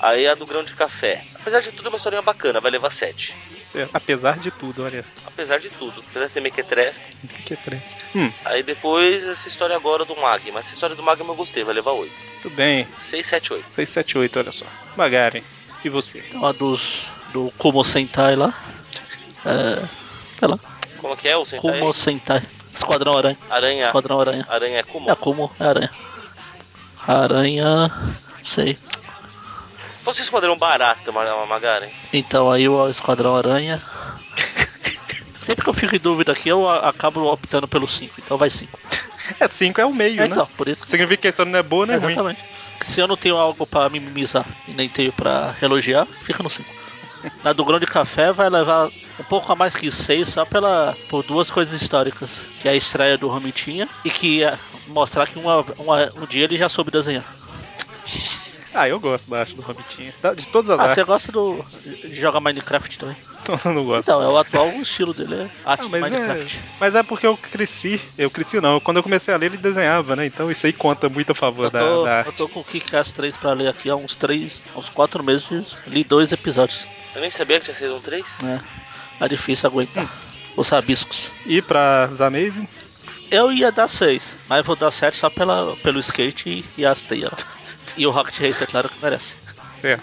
[SPEAKER 4] Aí é a do grão de café. Apesar de tudo, é uma historinha bacana, vai levar sete.
[SPEAKER 1] Certo. é, Apesar de tudo, olha.
[SPEAKER 4] Apesar de tudo, apesar de ser mequetrefe.
[SPEAKER 1] Que trem. Hum,
[SPEAKER 4] Aí depois essa história agora do Magma. Essa história do Magma eu gostei, vai levar oito.
[SPEAKER 1] tudo bem.
[SPEAKER 4] Seis, sete, oito.
[SPEAKER 1] 678, olha só. Magaren, e você?
[SPEAKER 3] Então a dos. Do Kumo Sentai lá. É. Sei lá.
[SPEAKER 4] Como que é o Sentai?
[SPEAKER 3] Kumo Sentai. Esquadrão Aranha.
[SPEAKER 4] Aranha.
[SPEAKER 3] Esquadrão Aranha.
[SPEAKER 4] Aranha é Kumo.
[SPEAKER 3] É Kumo, é aranha. Aranha. Sei.
[SPEAKER 4] Se fosse Esquadrão Barata, Ma- Magaren.
[SPEAKER 3] Então aí o Esquadrão Aranha. Sempre que eu fico em dúvida aqui, eu a- acabo optando pelo 5, então vai 5.
[SPEAKER 1] É 5 é o meio, né?
[SPEAKER 3] então, por isso que.
[SPEAKER 1] Significa que a história não é boa, né? Ruim.
[SPEAKER 3] Exatamente. Se eu não tenho algo pra minimizar e nem tenho pra elogiar, fica no 5. Na do grão de café vai levar um pouco a mais que 6 só pela, por duas coisas históricas. Que é a estreia do Romitinha e que ia mostrar que uma- uma- um dia ele já soube desenhar.
[SPEAKER 1] Ah, eu gosto da arte do Robitinho. Da- De todas as
[SPEAKER 3] Ah,
[SPEAKER 1] artes.
[SPEAKER 3] você gosta do, de jogar Minecraft também?
[SPEAKER 1] Então, eu não gosto.
[SPEAKER 3] Então, é o atual estilo dele, é arte
[SPEAKER 1] Ah,
[SPEAKER 3] de
[SPEAKER 1] mas,
[SPEAKER 3] Minecraft.
[SPEAKER 1] é, mas é porque eu cresci. Eu cresci não. Quando eu comecei a ler, ele desenhava, né? Então isso aí conta muito a favor
[SPEAKER 3] Eu
[SPEAKER 1] da,
[SPEAKER 3] tô,
[SPEAKER 1] da
[SPEAKER 3] eu
[SPEAKER 1] arte.
[SPEAKER 3] tô com o Kick-Ass 3 pra ler aqui há uns 3, uns 4 meses, li dois episódios,
[SPEAKER 4] Eu nem sabia que tinha saído um três.
[SPEAKER 3] né? É difícil aguentar os rabiscos.
[SPEAKER 1] E pra Zamazing?
[SPEAKER 3] Eu ia dar 6, mas vou dar 7 só pela, pelo skate e as teias. E o Rocket Race, é claro que merece.
[SPEAKER 1] Certo.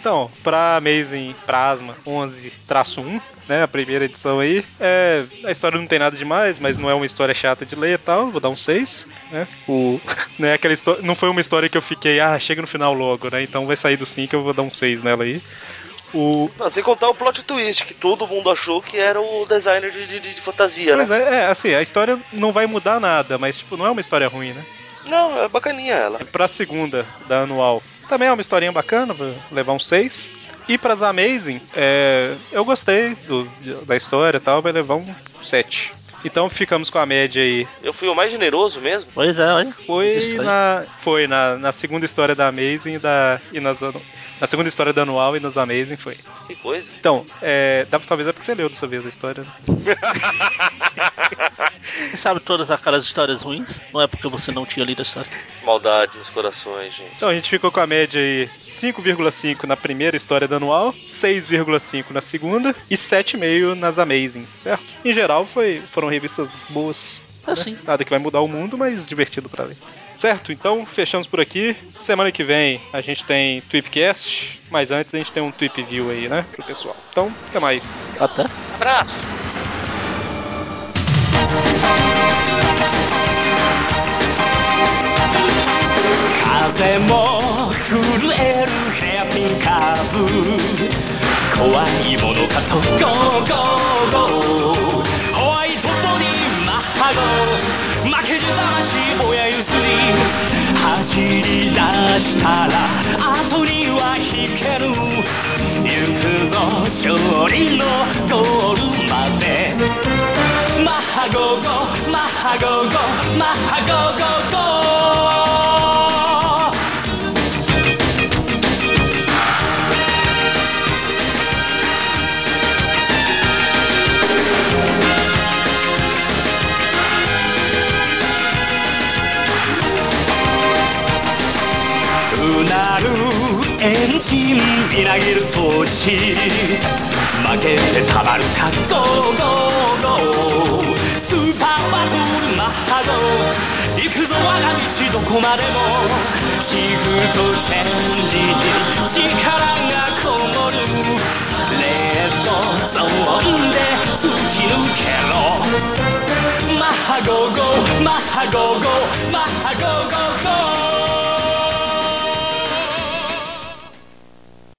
[SPEAKER 1] Então, pra Amazing Prasma 11-1, né, a primeira edição aí, é, a história não tem nada demais, mas não é uma história chata de ler e tal, vou dar um 6, né, o, né, aquela história, não foi uma história que eu fiquei, ah, chega no final logo, né, então vai sair do 5, eu vou dar um 6 nela aí. O,
[SPEAKER 4] Não, sem contar o plot twist, que todo mundo achou que era o designer de, de- de fantasia, né?
[SPEAKER 1] Pois é, é, assim, a história não vai mudar nada, mas, tipo, não é uma história ruim, né?
[SPEAKER 4] Não, é bacaninha ela.
[SPEAKER 1] Pra segunda da anual, também é uma historinha bacana, vou levar um 6. E pras Amazing, é, eu gostei do- da história e tal, vai levar um 7. Então ficamos com a média aí.
[SPEAKER 4] Eu fui o mais generoso mesmo.
[SPEAKER 3] Pois é, olha.
[SPEAKER 1] Foi
[SPEAKER 3] existe aí.
[SPEAKER 1] na, foi na, na segunda história da Amazing e, da, e nas. anu- Na segunda história da anual e nas Amazing foi.
[SPEAKER 4] Que coisa.
[SPEAKER 1] Então, é, dá- talvez é porque você leu dessa vez a história. né?
[SPEAKER 3] Você sabe todas aquelas histórias ruins? Não é porque você não tinha lido a história.
[SPEAKER 4] Maldade nos corações, gente.
[SPEAKER 1] Então a gente ficou com a média aí 5,5 na primeira história da anual, 6,5 na segunda e 7,5 nas Amazing, certo? Em geral foi, foram revistas boas. né?
[SPEAKER 3] É assim.
[SPEAKER 1] Nada que vai mudar o mundo, mas divertido pra ler. Certo, então fechamos por aqui. Semana que vem a gente tem Tweepcast, mas antes a gente tem um Tweep View aí, né, pro pessoal. Então, até mais.
[SPEAKER 3] Até.
[SPEAKER 4] Abraço!
[SPEAKER 2] Spider-Man, Spider-Man,
[SPEAKER 5] 風も震えるヘアピンカーブ怖いものかと Go Go Go ホワイトボディマッハゴ負ける魂親譲り走り出したら後には引ける行くぞ勝利のゴールまでマッハゴーゴーマッハゴーゴーマッハゴーゴーゴーうなるエンジンみなぎる闘志負けてたまるか Go Go Go スーパーパトルマッハド行くぞ我が道どこまでもシフトチェンジに力がこもる